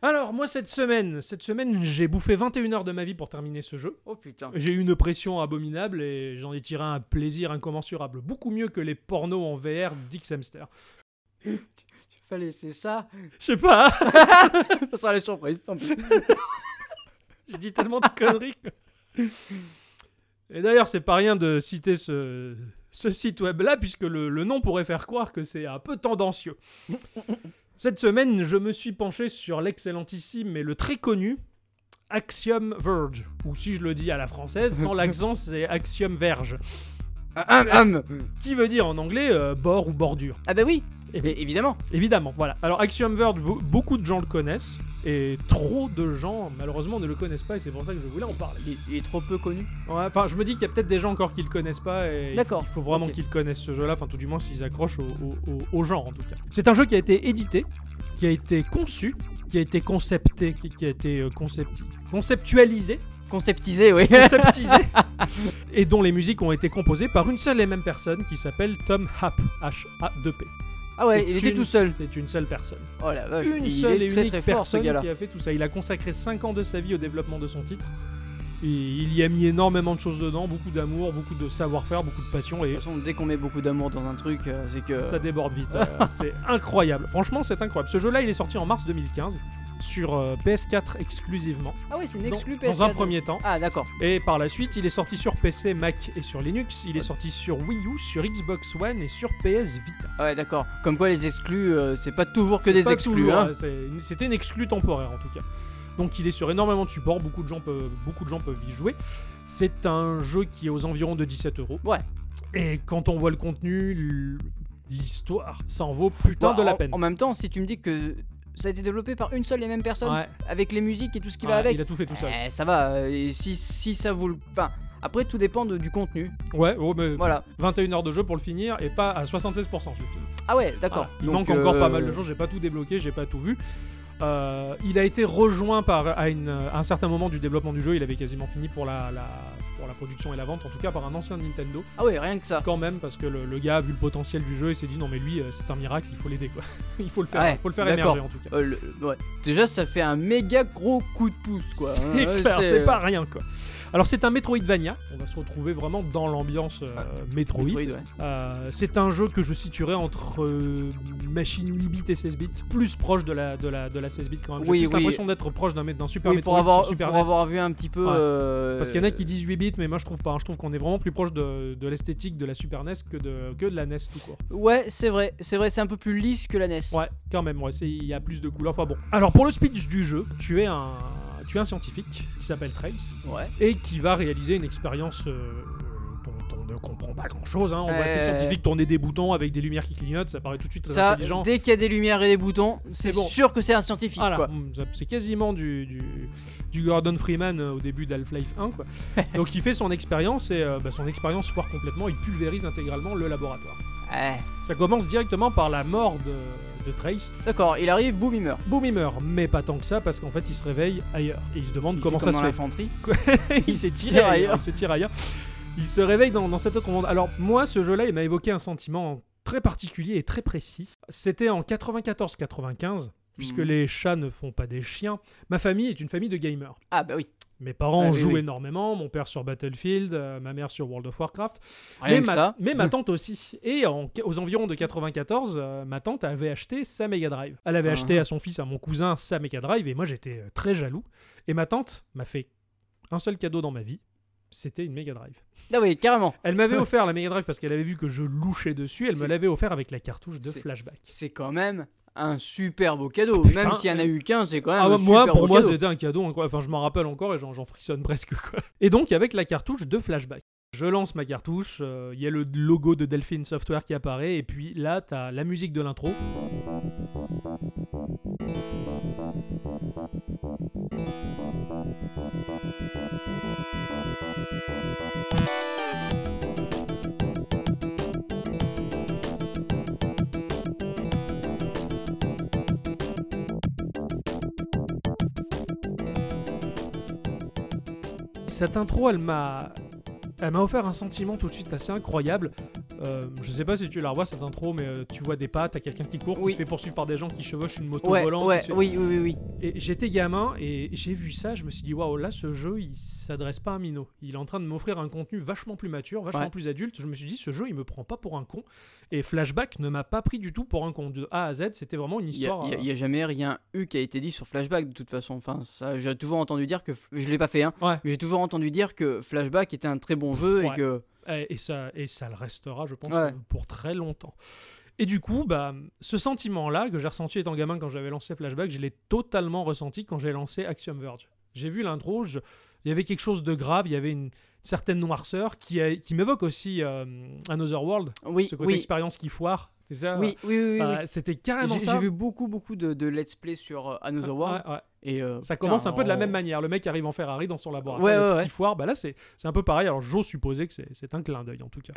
Speaker 5: Alors, moi, cette semaine, cette semaine, j'ai bouffé 21 heures de ma vie pour terminer ce jeu.
Speaker 4: Oh putain.
Speaker 5: J'ai eu une pression abominable et j'en ai tiré un plaisir incommensurable. Beaucoup mieux que les pornos en VR d'X Hamster.
Speaker 4: Fallait, c'est ça.
Speaker 5: Je sais pas,
Speaker 4: Ça sera la surprise, tant pis.
Speaker 5: j'ai dit tellement de conneries. que- Et d'ailleurs, c'est pas rien de citer ce, ce site web-là, puisque le, le nom pourrait faire croire que c'est un peu tendancieux. Cette semaine, je me suis penché sur l'excellentissime et le très connu Axiom Verge. Ou si je le dis à la française, sans l'accent, c'est Axiom Verge.
Speaker 4: Ah, hum, hum.
Speaker 5: Qui veut dire en anglais euh, bord ou bordure.
Speaker 4: Ah bah oui,
Speaker 5: Eh
Speaker 4: mais évidemment.
Speaker 5: Évidemment, voilà. Alors Axiom Verge, be- beaucoup de gens le connaissent, et trop de gens, malheureusement, ne le connaissent pas, et c'est pour ça que je voulais en parler.
Speaker 4: Il, il est trop peu connu.
Speaker 5: Ouais, Enfin, je me dis qu'il y a peut-être des gens encore qui le connaissent pas, et il faut-
Speaker 4: D'accord,
Speaker 5: il faut vraiment
Speaker 4: ok.
Speaker 5: qu'ils connaissent ce jeu-là, enfin tout du moins s'ils accrochent au, au- au- au genre en tout cas. C'est un jeu qui a été édité, qui a été conçu, qui a été concepté, qui, qui a été euh, concepti- conceptualisé,
Speaker 4: Conceptisé, oui.
Speaker 5: conceptisé, et dont les musiques ont été composées par une seule et même personne qui s'appelle Tom Happ, H-A-2-P.
Speaker 4: Ah ouais,
Speaker 5: C'est
Speaker 4: il était
Speaker 5: une-
Speaker 4: tout seul.
Speaker 5: C'est une seule personne
Speaker 4: Oh la vache,
Speaker 5: une
Speaker 4: il
Speaker 5: seule
Speaker 4: est
Speaker 5: et
Speaker 4: très
Speaker 5: unique
Speaker 4: très fort ce
Speaker 5: personne
Speaker 4: gars-là.
Speaker 5: qui a fait tout ça. Il a consacré 5 ans de sa vie au développement de son titre. Et il y a mis énormément de choses dedans, beaucoup d'amour, beaucoup de savoir-faire, beaucoup de passion
Speaker 4: De
Speaker 5: et
Speaker 4: toute façon, dès qu'on met beaucoup d'amour dans un truc, euh, c'est que.
Speaker 5: ça déborde vite. Euh, c'est incroyable. Franchement, c'est incroyable. Ce jeu-là, il est sorti en mars 2015 sur euh, PS4 exclusivement
Speaker 4: Ah ouais, c'est une
Speaker 5: dans-
Speaker 4: exclu
Speaker 5: dans,
Speaker 4: PS4.
Speaker 5: un premier temps
Speaker 4: Ah d'accord.
Speaker 5: et par la suite il est sorti sur PC, Mac et sur Linux il est sorti sur Wii U, sur Xbox One et sur PS Vita
Speaker 4: Ah Ouais, d'accord. Comme quoi, les exclus, euh, c'est pas toujours que
Speaker 5: C'est
Speaker 4: des
Speaker 5: pas
Speaker 4: exclus.
Speaker 5: toujours,
Speaker 4: hein.
Speaker 5: hein, c'est une- C'était une exclue temporaire en tout cas. Donc il est sur énormément de supports, beaucoup de gens peuvent, beaucoup de gens peuvent y jouer. C'est un jeu qui est aux environs de 17 euros.
Speaker 4: Ouais.
Speaker 5: Et quand on voit le contenu, l- l'histoire, ça en vaut putain
Speaker 4: Bah,
Speaker 5: de la
Speaker 4: en-
Speaker 5: peine.
Speaker 4: En, même temps, si tu me dis que ça a été développé par une seule et même personne,
Speaker 5: Ouais,
Speaker 4: avec les musiques et tout ce qui
Speaker 5: ouais,
Speaker 4: va avec,
Speaker 5: Ah, Il a tout fait tout seul.
Speaker 4: eh, ça va. euh, Et si, si ça vous le. Enfin, après, tout dépend de- du contenu.
Speaker 5: Ouais, ouais, mais
Speaker 4: Voilà.
Speaker 5: 21 heures de jeu pour le finir et pas à 76% je le finis.
Speaker 4: Ah ouais, d'accord.
Speaker 5: Voilà. Il
Speaker 4: Donc,
Speaker 5: manque encore
Speaker 4: euh,
Speaker 5: pas mal de choses, j'ai pas tout débloqué, j'ai pas tout vu. Euh, il a été rejoint par, à, une- à un certain moment du développement du jeu, il avait quasiment fini pour la, la- pour la production et la vente, en tout cas par un ancien Nintendo,
Speaker 4: Ah ouais, rien que ça.
Speaker 5: quand même, parce que le, le gars a vu le potentiel du jeu et s'est dit non mais lui euh, c'est un miracle, il faut l'aider quoi. il faut le faire,
Speaker 4: Ouais,
Speaker 5: faut le faire
Speaker 4: d'accord.
Speaker 5: émerger en tout cas.
Speaker 4: Euh, le- le- ouais. Déjà, ça fait un méga gros coup de pouce, quoi. hein.
Speaker 5: C'est
Speaker 4: Ouais,
Speaker 5: clair, c'est pas rien quoi. Alors c'est un Metroidvania, on va se retrouver vraiment dans l'ambiance euh, Metroid.
Speaker 4: Ah, Metroid, ouais.
Speaker 5: Euh, c'est un jeu que je situerais entre euh, machine 8 bits et 16 bits, plus proche de la, de la, de la 16 bits quand même. J'ai
Speaker 4: Oui,
Speaker 5: plus
Speaker 4: oui.
Speaker 5: l'impression d'être proche d'un, d'un Super
Speaker 4: Oui,
Speaker 5: Metroid
Speaker 4: pour avoir,
Speaker 5: sur Super
Speaker 4: pour
Speaker 5: NES.
Speaker 4: avoir vu un petit peu.
Speaker 5: Ouais.
Speaker 4: euh,
Speaker 5: Parce qu'il y en a qui disent 8 bits, mais moi je trouve pas. hein. Je trouve qu'on est vraiment plus proche de, de l'esthétique de la Super NES que de, que de la NES tout court.
Speaker 4: Ouais, c'est vrai, c'est vrai, c'est un peu plus lisse que la NES.
Speaker 5: Ouais, quand même, ouais, c'est- il y a plus de couleurs. Enfin bon. Alors pour le speech du jeu, tu es un, tu es un scientifique qui s'appelle Trace.
Speaker 4: Ouais.
Speaker 5: et qui va réaliser une expérience euh, dont on ne comprend pas grand chose. On voit ces
Speaker 4: Euh.
Speaker 5: scientifiques tourner des boutons avec des lumières qui clignotent, ça paraît tout de suite très
Speaker 4: Ça,
Speaker 5: intelligent.
Speaker 4: dès qu'il y a des lumières et des boutons, c'est
Speaker 5: C'est bon.
Speaker 4: sûr que c'est un scientifique,
Speaker 5: Voilà,
Speaker 4: quoi.
Speaker 5: mm, ça- c'est quasiment du, du, du Gordon Freeman euh, au début d'Half-Life 1. Quoi. Donc il fait son expérience et euh, bah, son expérience foire complètement, il pulvérise intégralement le laboratoire.
Speaker 4: Ouais.
Speaker 5: Ça commence directement par la mort de, de Trace.
Speaker 4: D'accord, il arrive, boum, il meurt.
Speaker 5: Boum, il meurt, mais pas tant que ça parce qu'en fait il se réveille ailleurs et il se demande
Speaker 4: Il
Speaker 5: comment
Speaker 4: fait
Speaker 5: ça
Speaker 4: comme
Speaker 5: se
Speaker 4: dans
Speaker 5: fait.
Speaker 4: l'infanterie.
Speaker 5: il s'est tiré ailleurs. Il se tire ailleurs. Il se réveille dans, dans cet autre monde. Alors moi, ce jeu-là, il m'a évoqué un sentiment très particulier et très précis. C'était en 94-95, puisque
Speaker 4: Mhm.
Speaker 5: les chats ne font pas des chiens. Ma famille est une famille de gamers.
Speaker 4: Ah bah oui.
Speaker 5: Mes parents
Speaker 4: Ah oui,
Speaker 5: jouent
Speaker 4: oui.
Speaker 5: énormément, mon père sur Battlefield, euh, ma mère sur World of Warcraft,
Speaker 4: Rien
Speaker 5: mais,
Speaker 4: que
Speaker 5: ma,
Speaker 4: ça.
Speaker 5: mais ma tante aussi. Et en- aux environs de 94, euh, ma tante avait acheté sa Mega Drive. Elle avait
Speaker 4: Ah.
Speaker 5: acheté à son fils, à mon cousin, sa Mega Drive, et moi j'étais euh, très jaloux. Et ma tante m'a fait un seul cadeau dans ma vie, c'était une Mega Drive.
Speaker 4: Ah oui, carrément.
Speaker 5: Elle m'avait offert la Mega Drive parce qu'elle avait vu que je louchais dessus, elle me
Speaker 4: C'est-
Speaker 5: l'avait offert avec la cartouche de
Speaker 4: C'est-
Speaker 5: flashback.
Speaker 4: C'est quand même un super beau cadeau.
Speaker 5: Putain.
Speaker 4: même s'il y en a eu 15, c'est quand même
Speaker 5: Ah ouais,
Speaker 4: un
Speaker 5: moi,
Speaker 4: super
Speaker 5: pour
Speaker 4: beau
Speaker 5: moi,
Speaker 4: cadeau.
Speaker 5: c'était un cadeau. incroyable. Enfin, je m'en rappelle encore et j'en j'en frissonne presque. Quoi. Et donc, avec la cartouche de flashback. Je lance ma cartouche, euh, il y a le logo de Delphine Software qui apparaît, et puis là, t'as la musique de l'intro. Cette intro, elle m'a. Elle m'a offert un sentiment tout de suite assez incroyable. Euh, je sais pas si tu la revois cette intro, mais euh, tu vois des pattes, t'as quelqu'un qui court, qui
Speaker 4: Oui.
Speaker 5: se fait poursuivre par des gens qui chevauchent une moto
Speaker 4: Ouais,
Speaker 5: volante. qui
Speaker 4: ouais,
Speaker 5: se fait-
Speaker 4: oui, oui, oui, oui.
Speaker 5: Et j'étais gamin et j'ai vu ça, je me suis dit waouh, là ce jeu il s'adresse pas à Mino. Il est en train de m'offrir un contenu vachement plus mature, vachement
Speaker 4: Ouais.
Speaker 5: plus adulte. Je me suis dit ce jeu il me prend pas pour un con. Et Flashback ne m'a pas pris du tout pour un con. De A à Z, c'était vraiment une
Speaker 4: Il n'y a,
Speaker 5: histoire.
Speaker 4: il y a-
Speaker 5: euh,
Speaker 4: il y a jamais rien eu qui a été dit sur Flashback de toute façon. Enfin, ça, j'ai toujours entendu dire que je l'ai pas fait, hein.
Speaker 5: Ouais.
Speaker 4: Mais j'ai toujours entendu dire que Flashback était un très bon jeu
Speaker 5: Ouais.
Speaker 4: et que
Speaker 5: Euh, Et ça, et ça le restera, je pense,
Speaker 4: Ouais.
Speaker 5: euh, pour très longtemps. Et du coup, bah, ce sentiment-là que j'ai ressenti étant gamin quand j'avais lancé Flashback, je l'ai totalement ressenti quand j'ai lancé Axiom Verge. J'ai vu l'intro, je- il y avait quelque chose de grave, il y avait une certaine noirceur qui, a- qui m'évoque aussi euh, Another World,
Speaker 4: oui,
Speaker 5: ce côté
Speaker 4: oui,
Speaker 5: expérience qui foire. tu sais,
Speaker 4: oui, oui, oui, oui,
Speaker 5: euh,
Speaker 4: oui.
Speaker 5: euh, C'était carrément
Speaker 4: J'ai-
Speaker 5: ça.
Speaker 4: J'ai vu beaucoup, beaucoup de, de let's play sur euh, Another World.
Speaker 5: Ouais, ouais.
Speaker 4: Et euh,
Speaker 5: Ça
Speaker 4: putain,
Speaker 5: commence un peu de la
Speaker 4: on-
Speaker 5: même manière. Le mec arrive en Ferrari dans son laboratoire,
Speaker 4: Ouais,
Speaker 5: le
Speaker 4: ouais,
Speaker 5: petit
Speaker 4: ouais.
Speaker 5: foire. Bah là, c'est c'est un peu pareil. Alors, j'ose supposer que c'est- c'est un clin d'œil en tout cas.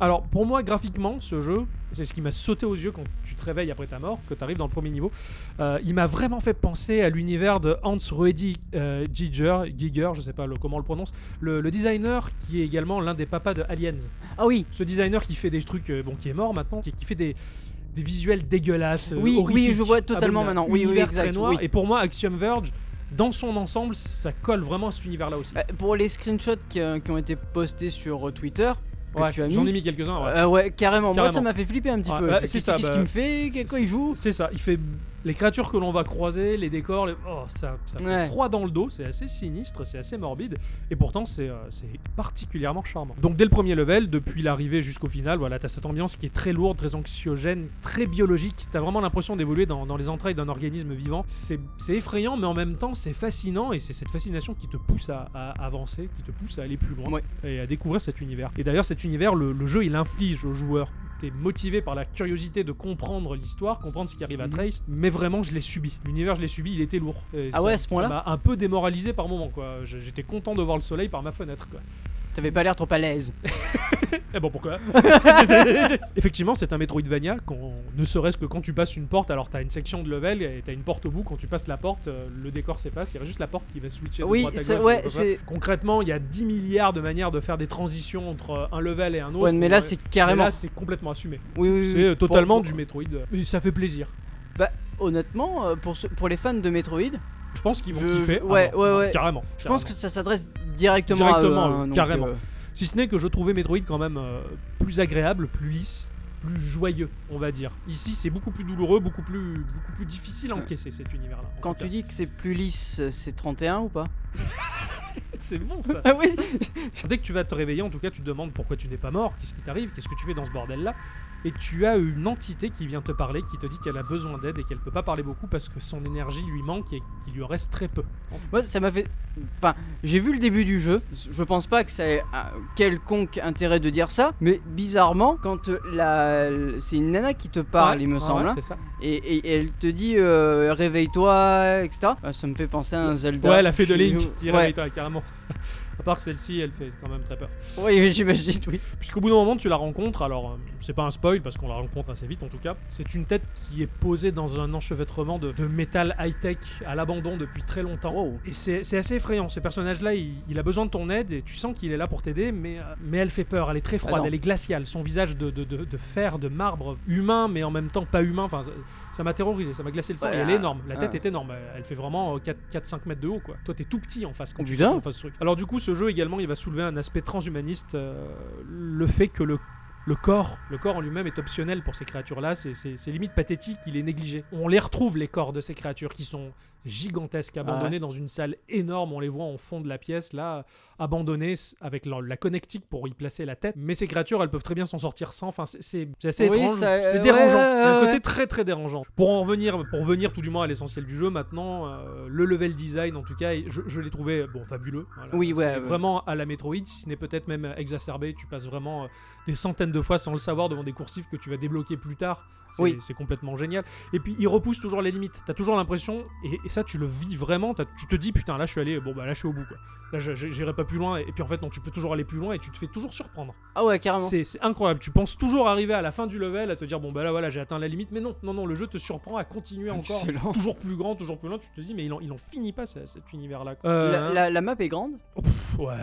Speaker 5: Alors, pour moi, graphiquement, ce jeu, c'est ce qui m'a sauté aux yeux quand tu te réveilles après ta mort, que tu arrives dans le premier niveau. Euh, il m'a vraiment fait penser à l'univers de Hans Ruedi euh, Giger, Giger, je sais pas le- comment on le prononce, le, le designer qui est également l'un des papas de Aliens.
Speaker 4: Ah oui,
Speaker 5: Ce designer qui fait des trucs, euh, bon, qui est mort maintenant, qui, qui fait des, des visuels dégueulasses. euh,
Speaker 4: Oui, oui,
Speaker 5: horrifiques,
Speaker 4: je vois totalement
Speaker 5: abominables.
Speaker 4: maintenant. Oui, oui,
Speaker 5: Univers
Speaker 4: exact,
Speaker 5: très noir.
Speaker 4: oui.
Speaker 5: Et pour moi, Axiom Verge, dans son ensemble, ça colle vraiment à cet univers-là aussi.
Speaker 4: Euh, pour les screenshots qui, euh, qui ont été postés sur euh, Twitter, que
Speaker 5: Ouais,
Speaker 4: tu as mis,
Speaker 5: J'en ai mis quelques-uns. ouais.
Speaker 4: euh, ouais, carrément. Moi,
Speaker 5: Carrément.
Speaker 4: ça m'a fait flipper un petit
Speaker 5: Ouais,
Speaker 4: peu.
Speaker 5: bah,
Speaker 4: Je fais,
Speaker 5: c'est
Speaker 4: qu'est-ce-
Speaker 5: ça,
Speaker 4: Qu'est-ce
Speaker 5: bah,
Speaker 4: qu'il me fait Qu'est- Quand il joue
Speaker 5: C'est ça, il fait les créatures que l'on va croiser, les décors, les- oh, ça, ça fait
Speaker 4: Ouais.
Speaker 5: froid dans le dos, c'est assez sinistre, c'est assez morbide, et pourtant c'est euh, c'est particulièrement charmant. Donc dès le premier level, depuis l'arrivée jusqu'au final, voilà, t'as cette ambiance qui est très lourde, très anxiogène, très biologique, t'as vraiment l'impression d'évoluer dans, dans les entrailles d'un organisme vivant. C'est c'est effrayant, mais en même temps c'est fascinant, et c'est cette fascination qui te pousse à, à avancer, qui te pousse à aller plus loin,
Speaker 4: Ouais.
Speaker 5: et à découvrir cet univers. Et d'ailleurs cet univers, le- le jeu, il inflige au joueur t'es motivé par la curiosité de comprendre l'histoire, comprendre ce qui arrive à
Speaker 4: Mhm.
Speaker 5: Trace, mais vraiment je l'ai subi. L'univers je l'ai subi, il était lourd. Et
Speaker 4: Ah
Speaker 5: ça-
Speaker 4: ouais, à ce point-là
Speaker 5: Ça m'a un peu démoralisé par moment quoi. Je- J'étais content de voir le soleil par ma fenêtre quoi.
Speaker 4: T'avais pas l'air trop à l'aise.
Speaker 5: Eh bon pourquoi Effectivement c'est un Metroidvania, qu'on, ne serait-ce que quand tu passes une porte, alors t'as une section de level et t'as une porte au bout, quand tu passes la porte, euh, le décor s'efface, il y a juste la porte qui va switcher de
Speaker 4: Oui,
Speaker 5: droite à
Speaker 4: c'est-
Speaker 5: gauche.
Speaker 4: ouais,
Speaker 5: comme ça.
Speaker 4: c'est-
Speaker 5: Concrètement il y a 10 milliards de manières de faire des transitions entre euh, un level et un autre.
Speaker 4: Ouais, mais là
Speaker 5: Et
Speaker 4: c'est
Speaker 5: là,
Speaker 4: carrément.
Speaker 5: c'est complètement assumé.
Speaker 4: Oui, oui, oui,
Speaker 5: C'est
Speaker 4: oui.
Speaker 5: euh,
Speaker 4: Pour-
Speaker 5: totalement
Speaker 4: pour-
Speaker 5: du Metroid. Mais ça fait plaisir.
Speaker 4: Bah, honnêtement, euh, pour, ceux- pour les fans de Metroid,
Speaker 5: Je pense qu'ils vont
Speaker 4: Je-
Speaker 5: kiffer. Ah
Speaker 4: ouais,
Speaker 5: non,
Speaker 4: ouais,
Speaker 5: non,
Speaker 4: ouais.
Speaker 5: Carrément.
Speaker 4: je pense que
Speaker 5: carrément.
Speaker 4: ça s'adresse directement,
Speaker 5: Directement,
Speaker 4: à eux. hein,
Speaker 5: euh,
Speaker 4: donc,
Speaker 5: carrément.
Speaker 4: euh,
Speaker 5: Si ce n'est que je trouvais Metroid quand même euh, plus agréable, plus lisse, plus joyeux, on va dire. Ici, c'est beaucoup plus douloureux, beaucoup plus, beaucoup plus difficile à
Speaker 4: Ouais.
Speaker 5: encaisser cet univers-là. en
Speaker 4: quand
Speaker 5: tout
Speaker 4: tu
Speaker 5: cas.
Speaker 4: dis que c'est plus lisse, euh, c'est 31 ou pas
Speaker 5: C'est bon ça.
Speaker 4: Ah oui
Speaker 5: Dès que tu vas te réveiller, en tout cas, tu te demandes pourquoi tu n'es pas mort, qu'est-ce qui t'arrive, qu'est-ce que tu fais dans ce bordel-là. Et tu as une entité qui vient te parler, qui te dit qu'elle a besoin d'aide et qu'elle peut pas parler beaucoup parce que son énergie lui manque et qu'il lui en reste très peu.
Speaker 4: Moi, ça m'a fait. Enfin, j'ai vu le début du jeu. Je pense pas que ça ait un quelconque intérêt de dire ça, mais bizarrement, quand euh, la, c'est une nana qui te parle,
Speaker 5: Ouais,
Speaker 4: il me
Speaker 5: ouais,
Speaker 4: semble,
Speaker 5: ouais,
Speaker 4: hein,
Speaker 5: c'est ça.
Speaker 4: et, et- et elle te dit euh, réveille-toi, etc. Ah, Ça me fait penser à un Zelda.
Speaker 5: Ouais, la fée
Speaker 4: Je
Speaker 5: de
Speaker 4: suis-
Speaker 5: Link qui
Speaker 4: ouais,
Speaker 5: réveille toi, carrément. À part que celle-ci, elle fait quand même très peur.
Speaker 4: Oui, j'imagine, oui.
Speaker 5: Puisqu'au bout d'un moment, tu la rencontres, alors euh, c'est pas un spoil parce qu'on la rencontre assez vite en tout cas. C'est une tête qui est posée dans un enchevêtrement de, de métal high-tech à l'abandon depuis très longtemps.
Speaker 4: Wow.
Speaker 5: Et c'est c'est assez effrayant. Ce personnage-là, il, il a besoin de ton aide et tu sens qu'il est là pour t'aider, mais, euh, mais elle fait peur. Elle est très froide,
Speaker 4: Ah non.
Speaker 5: elle est glaciale. Son visage de, de- de- de fer, de marbre, humain, mais en même temps pas humain. Enfin, ça- ça m'a terrorisé, ça m'a glacé le sang.
Speaker 4: Ouais,
Speaker 5: et elle
Speaker 4: euh,
Speaker 5: est énorme. La tête
Speaker 4: ouais.
Speaker 5: est énorme. Elle fait vraiment euh, 4 4-5 mètres de haut, quoi. Toi, t'es tout petit en face quand tu
Speaker 4: Putain.
Speaker 5: en face de ce truc. Alors, du coup, ce jeu également, il va soulever un aspect transhumaniste. euh, le fait que le le corps, le corps en lui-même est optionnel pour ces créatures-là, c'est- c'est c'est limite pathétique, il est négligé. On les retrouve, les corps de ces créatures qui sont gigantesques, abandonnés dans une salle énorme, on les voit en fond de la pièce, là, abandonnés s- avec leur- la connectique pour y placer la tête. Mais ces créatures, elles peuvent très bien s'en sortir sans, enfin, c'est- c'est c'est assez
Speaker 4: Oui,
Speaker 5: étrange,
Speaker 4: ça-
Speaker 5: c'est
Speaker 4: ouais,
Speaker 5: dérangeant,
Speaker 4: ouais,
Speaker 5: Il y a un
Speaker 4: ouais,
Speaker 5: côté
Speaker 4: ouais.
Speaker 5: très très dérangeant. Pour en revenir, pour venir tout du moins à l'essentiel du jeu, maintenant, euh, le level design en tout cas, et je, je l'ai trouvé, bon, fabuleux. Voilà.
Speaker 4: Oui,
Speaker 5: C'est
Speaker 4: ouais, ouais.
Speaker 5: Vraiment à la Metroid, si ce n'est peut-être même exacerbé, tu passes vraiment... euh, des centaines de fois sans le savoir devant des coursifs que tu vas débloquer plus tard. C'est
Speaker 4: Oui.
Speaker 5: c'est complètement génial. Et puis il repousse toujours les limites. T'as toujours l'impression, et, et ça tu le vis vraiment, t'as- tu te dis putain là je suis allé, bon bah là je suis au bout quoi. Là je- je- j'irai pas plus loin, et puis en fait non tu peux toujours aller plus loin et tu te fais toujours surprendre.
Speaker 4: Ah ouais, carrément.
Speaker 5: C'est c'est incroyable, tu penses toujours arriver à la fin du level à te dire bon bah là voilà j'ai atteint la limite, mais non, non, non, le jeu te surprend à continuer encore.
Speaker 4: Excellent.
Speaker 5: Toujours plus grand, toujours plus loin, tu te dis mais il en, il en finit pas ça- cet univers là.
Speaker 4: La, la- la map est grande.
Speaker 5: ouais.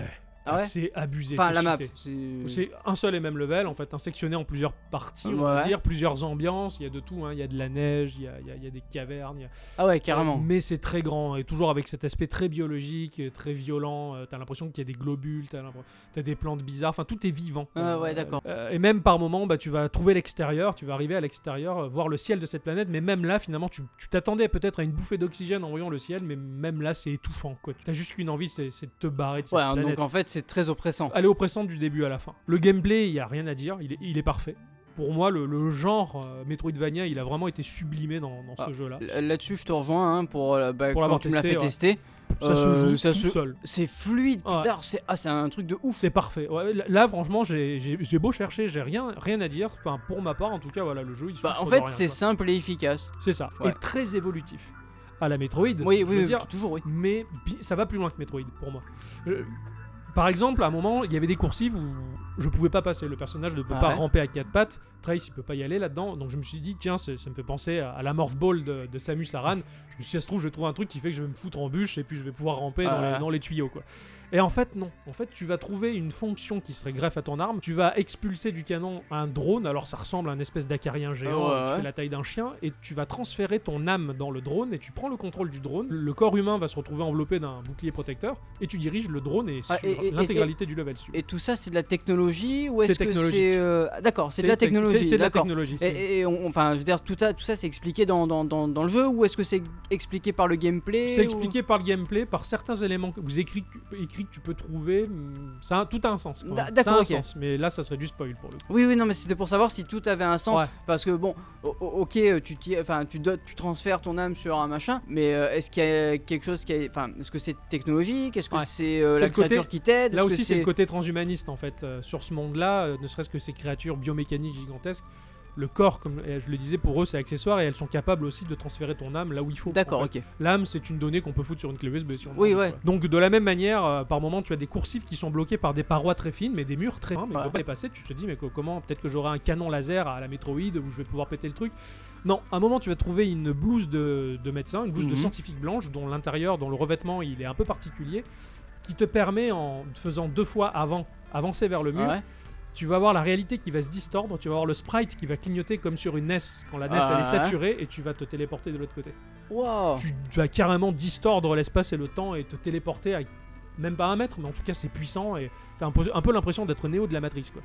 Speaker 4: Ah ouais
Speaker 5: euh, C'est abusé.
Speaker 4: Enfin,
Speaker 5: c'est
Speaker 4: la map.
Speaker 5: cheaté.
Speaker 4: c'est-
Speaker 5: C'est un seul et même level, en fait, un sectionné en plusieurs parties, on va
Speaker 4: Ouais.
Speaker 5: dire, plusieurs ambiances. Il y a de tout, hein. il y a de la neige, il y a, il y a- il y a des cavernes. il y a-
Speaker 4: Ah ouais, carrément.
Speaker 5: Mais c'est très grand, et toujours avec cet aspect très biologique, et très violent. euh, T'as l'impression qu'il y a des globules, t'as l'impr- t'as des plantes bizarres, enfin, tout est vivant.
Speaker 4: Ah ouais, d'accord.
Speaker 5: Euh, et même par moment, bah, tu vas trouver l'extérieur, tu vas arriver à l'extérieur, euh, voir le ciel de cette planète, mais même là, finalement, tu tu t'attendais peut-être à une bouffée d'oxygène en voyant le ciel, mais même là, c'est étouffant. quoi. T'as juste qu'une envie, c'est c'est de te barrer de cette
Speaker 4: Ouais, hein,
Speaker 5: planète. Ah,
Speaker 4: donc en fait, c'est très oppressant.
Speaker 5: Elle est oppressante du début à la fin. Le gameplay, il n'y a rien à dire, il est, il est parfait. Pour moi, le, le genre euh, Metroidvania, il a vraiment été sublimé dans, dans
Speaker 4: Ah,
Speaker 5: ce jeu-là.
Speaker 4: L- Là-dessus, je te rejoins hein, pour, euh, bah,
Speaker 5: Pour
Speaker 4: quand
Speaker 5: l'avoir
Speaker 4: tu me l'as
Speaker 5: testé,
Speaker 4: fait
Speaker 5: ouais.
Speaker 4: tester.
Speaker 5: Ça se
Speaker 4: euh,
Speaker 5: joue
Speaker 4: ça
Speaker 5: tout
Speaker 4: se-
Speaker 5: seul.
Speaker 4: C'est fluide,
Speaker 5: Ouais.
Speaker 4: putain, c'est ah, c'est un truc de ouf.
Speaker 5: C'est parfait. Ouais, là- là, franchement, j'ai j'ai- j'ai beau chercher, j'ai rien, rien à dire. Enfin, pour ma part, en tout cas, voilà, le jeu, il
Speaker 4: Bah,
Speaker 5: souffre
Speaker 4: en
Speaker 5: de
Speaker 4: fait,
Speaker 5: rien,
Speaker 4: c'est
Speaker 5: quoi.
Speaker 4: simple et efficace.
Speaker 5: C'est ça.
Speaker 4: Ouais.
Speaker 5: Et très évolutif. À la Metroid,
Speaker 4: Oui,
Speaker 5: je
Speaker 4: oui,
Speaker 5: veux
Speaker 4: oui,
Speaker 5: dire,
Speaker 4: toujours, oui.
Speaker 5: mais bi- ça va plus loin que Metroid pour moi. Euh, par exemple, à un moment, il y avait des coursives où je pouvais pas passer. Le personnage ne peut
Speaker 4: Ah
Speaker 5: pas
Speaker 4: ouais
Speaker 5: ramper à quatre pattes. Trace, il peut pas y aller là-dedans. Donc je me suis dit, tiens, c'est- ça me fait penser à, à la Morph Ball de, de Samus Aran. Je me suis dit, ça se trouve, je trouve un truc qui fait que je vais me foutre en bûche et puis je vais pouvoir ramper dans,
Speaker 4: Ah
Speaker 5: les,
Speaker 4: ouais.
Speaker 5: dans les tuyaux, quoi. Et en fait, non. En fait, tu vas trouver une fonction qui serait greffe à ton arme. Tu vas expulser du canon un drone. Alors, ça ressemble à un espèce d'acarien géant
Speaker 4: Ouais,
Speaker 5: euh, qui
Speaker 4: ouais.
Speaker 5: fait la taille d'un chien. Et tu vas transférer ton âme dans le drone. Et tu prends le contrôle du drone. Le corps humain va se retrouver enveloppé d'un bouclier protecteur. Et tu diriges le drone et
Speaker 4: Ah,
Speaker 5: sur
Speaker 4: et- et-
Speaker 5: l'intégralité du level. sur-
Speaker 4: Et tout ça, c'est de la technologie ou
Speaker 5: C'est
Speaker 4: est-ce que
Speaker 5: technologique.
Speaker 4: c'est euh, ah, D'accord, c'est de la
Speaker 5: tec- c'est-
Speaker 4: technologie.
Speaker 5: C'est de la
Speaker 4: d'accord.
Speaker 5: technologie. c'est-
Speaker 4: Et, et on- enfin, je veux dire, tout, ça- tout ça, c'est expliqué dans, dans, dans, dans le jeu ou est-ce que c'est expliqué par le gameplay
Speaker 5: C'est
Speaker 4: ou-
Speaker 5: expliqué par le gameplay, par certains éléments que vous écrits, écrits que tu peux trouver. hum, Ça a, tout a un sens. quand même.
Speaker 4: D'a-
Speaker 5: Ça a un
Speaker 4: d'accord, ok.
Speaker 5: sens. Mais là, ça serait du spoil pour le coup.
Speaker 4: Oui, oui, non, mais c'était pour savoir si tout avait un sens.
Speaker 5: Ouais.
Speaker 4: Parce que bon, o- o- ok, euh, tu, t'y- enfin, tu, do- tu transfères ton âme sur un machin, mais euh, est-ce qu'il y a quelque chose qui est. Enfin, est-ce que c'est technologique Est-ce que
Speaker 5: Ouais.
Speaker 4: c'est euh,
Speaker 5: C'est
Speaker 4: la
Speaker 5: le côté-
Speaker 4: créature qui t'aide
Speaker 5: Là
Speaker 4: Est-ce que
Speaker 5: aussi, c'est le côté transhumaniste en fait. euh, sur ce monde-là, euh, ne serait-ce que ces créatures biomécaniques gigantesques, le corps, comme euh, je le disais, pour eux, c'est accessoire et elles sont capables aussi de transférer ton âme là où il faut.
Speaker 4: D'accord,
Speaker 5: en fait.
Speaker 4: ok.
Speaker 5: L'âme, c'est une donnée qu'on peut foutre sur une clé USB. Si on a
Speaker 4: Oui,
Speaker 5: envie,
Speaker 4: ouais.
Speaker 5: quoi. Donc, de la même manière, euh, par moment, tu as des coursives qui sont bloquées par des parois très fines, mais des murs très fins, mais tu
Speaker 4: Ouais.
Speaker 5: peux pas les passer. Tu te dis, mais co- comment Peut-être que j'aurai un canon laser à la Metroid où je vais pouvoir péter le truc. Non, à un moment, tu vas trouver une blouse de, de médecin, une blouse de
Speaker 4: Mhm.
Speaker 5: scientifique blanche, dont l'intérieur, dont le revêtement, il est un peu particulier, qui te permet, en faisant deux fois avant, avancer vers le mur,
Speaker 4: Ouais.
Speaker 5: tu vas voir la réalité qui va se distordre, tu vas voir le sprite qui va clignoter comme sur une NES, quand la NES elle est
Speaker 4: Ouais.
Speaker 5: saturée, et tu vas te téléporter de l'autre côté.
Speaker 4: Wow.
Speaker 5: Tu, tu vas carrément distordre l'espace et le temps et te téléporter à même pas un mètre, mais en tout cas c'est puissant et t'as un, peu- un peu l'impression d'être néo de la matrice quoi.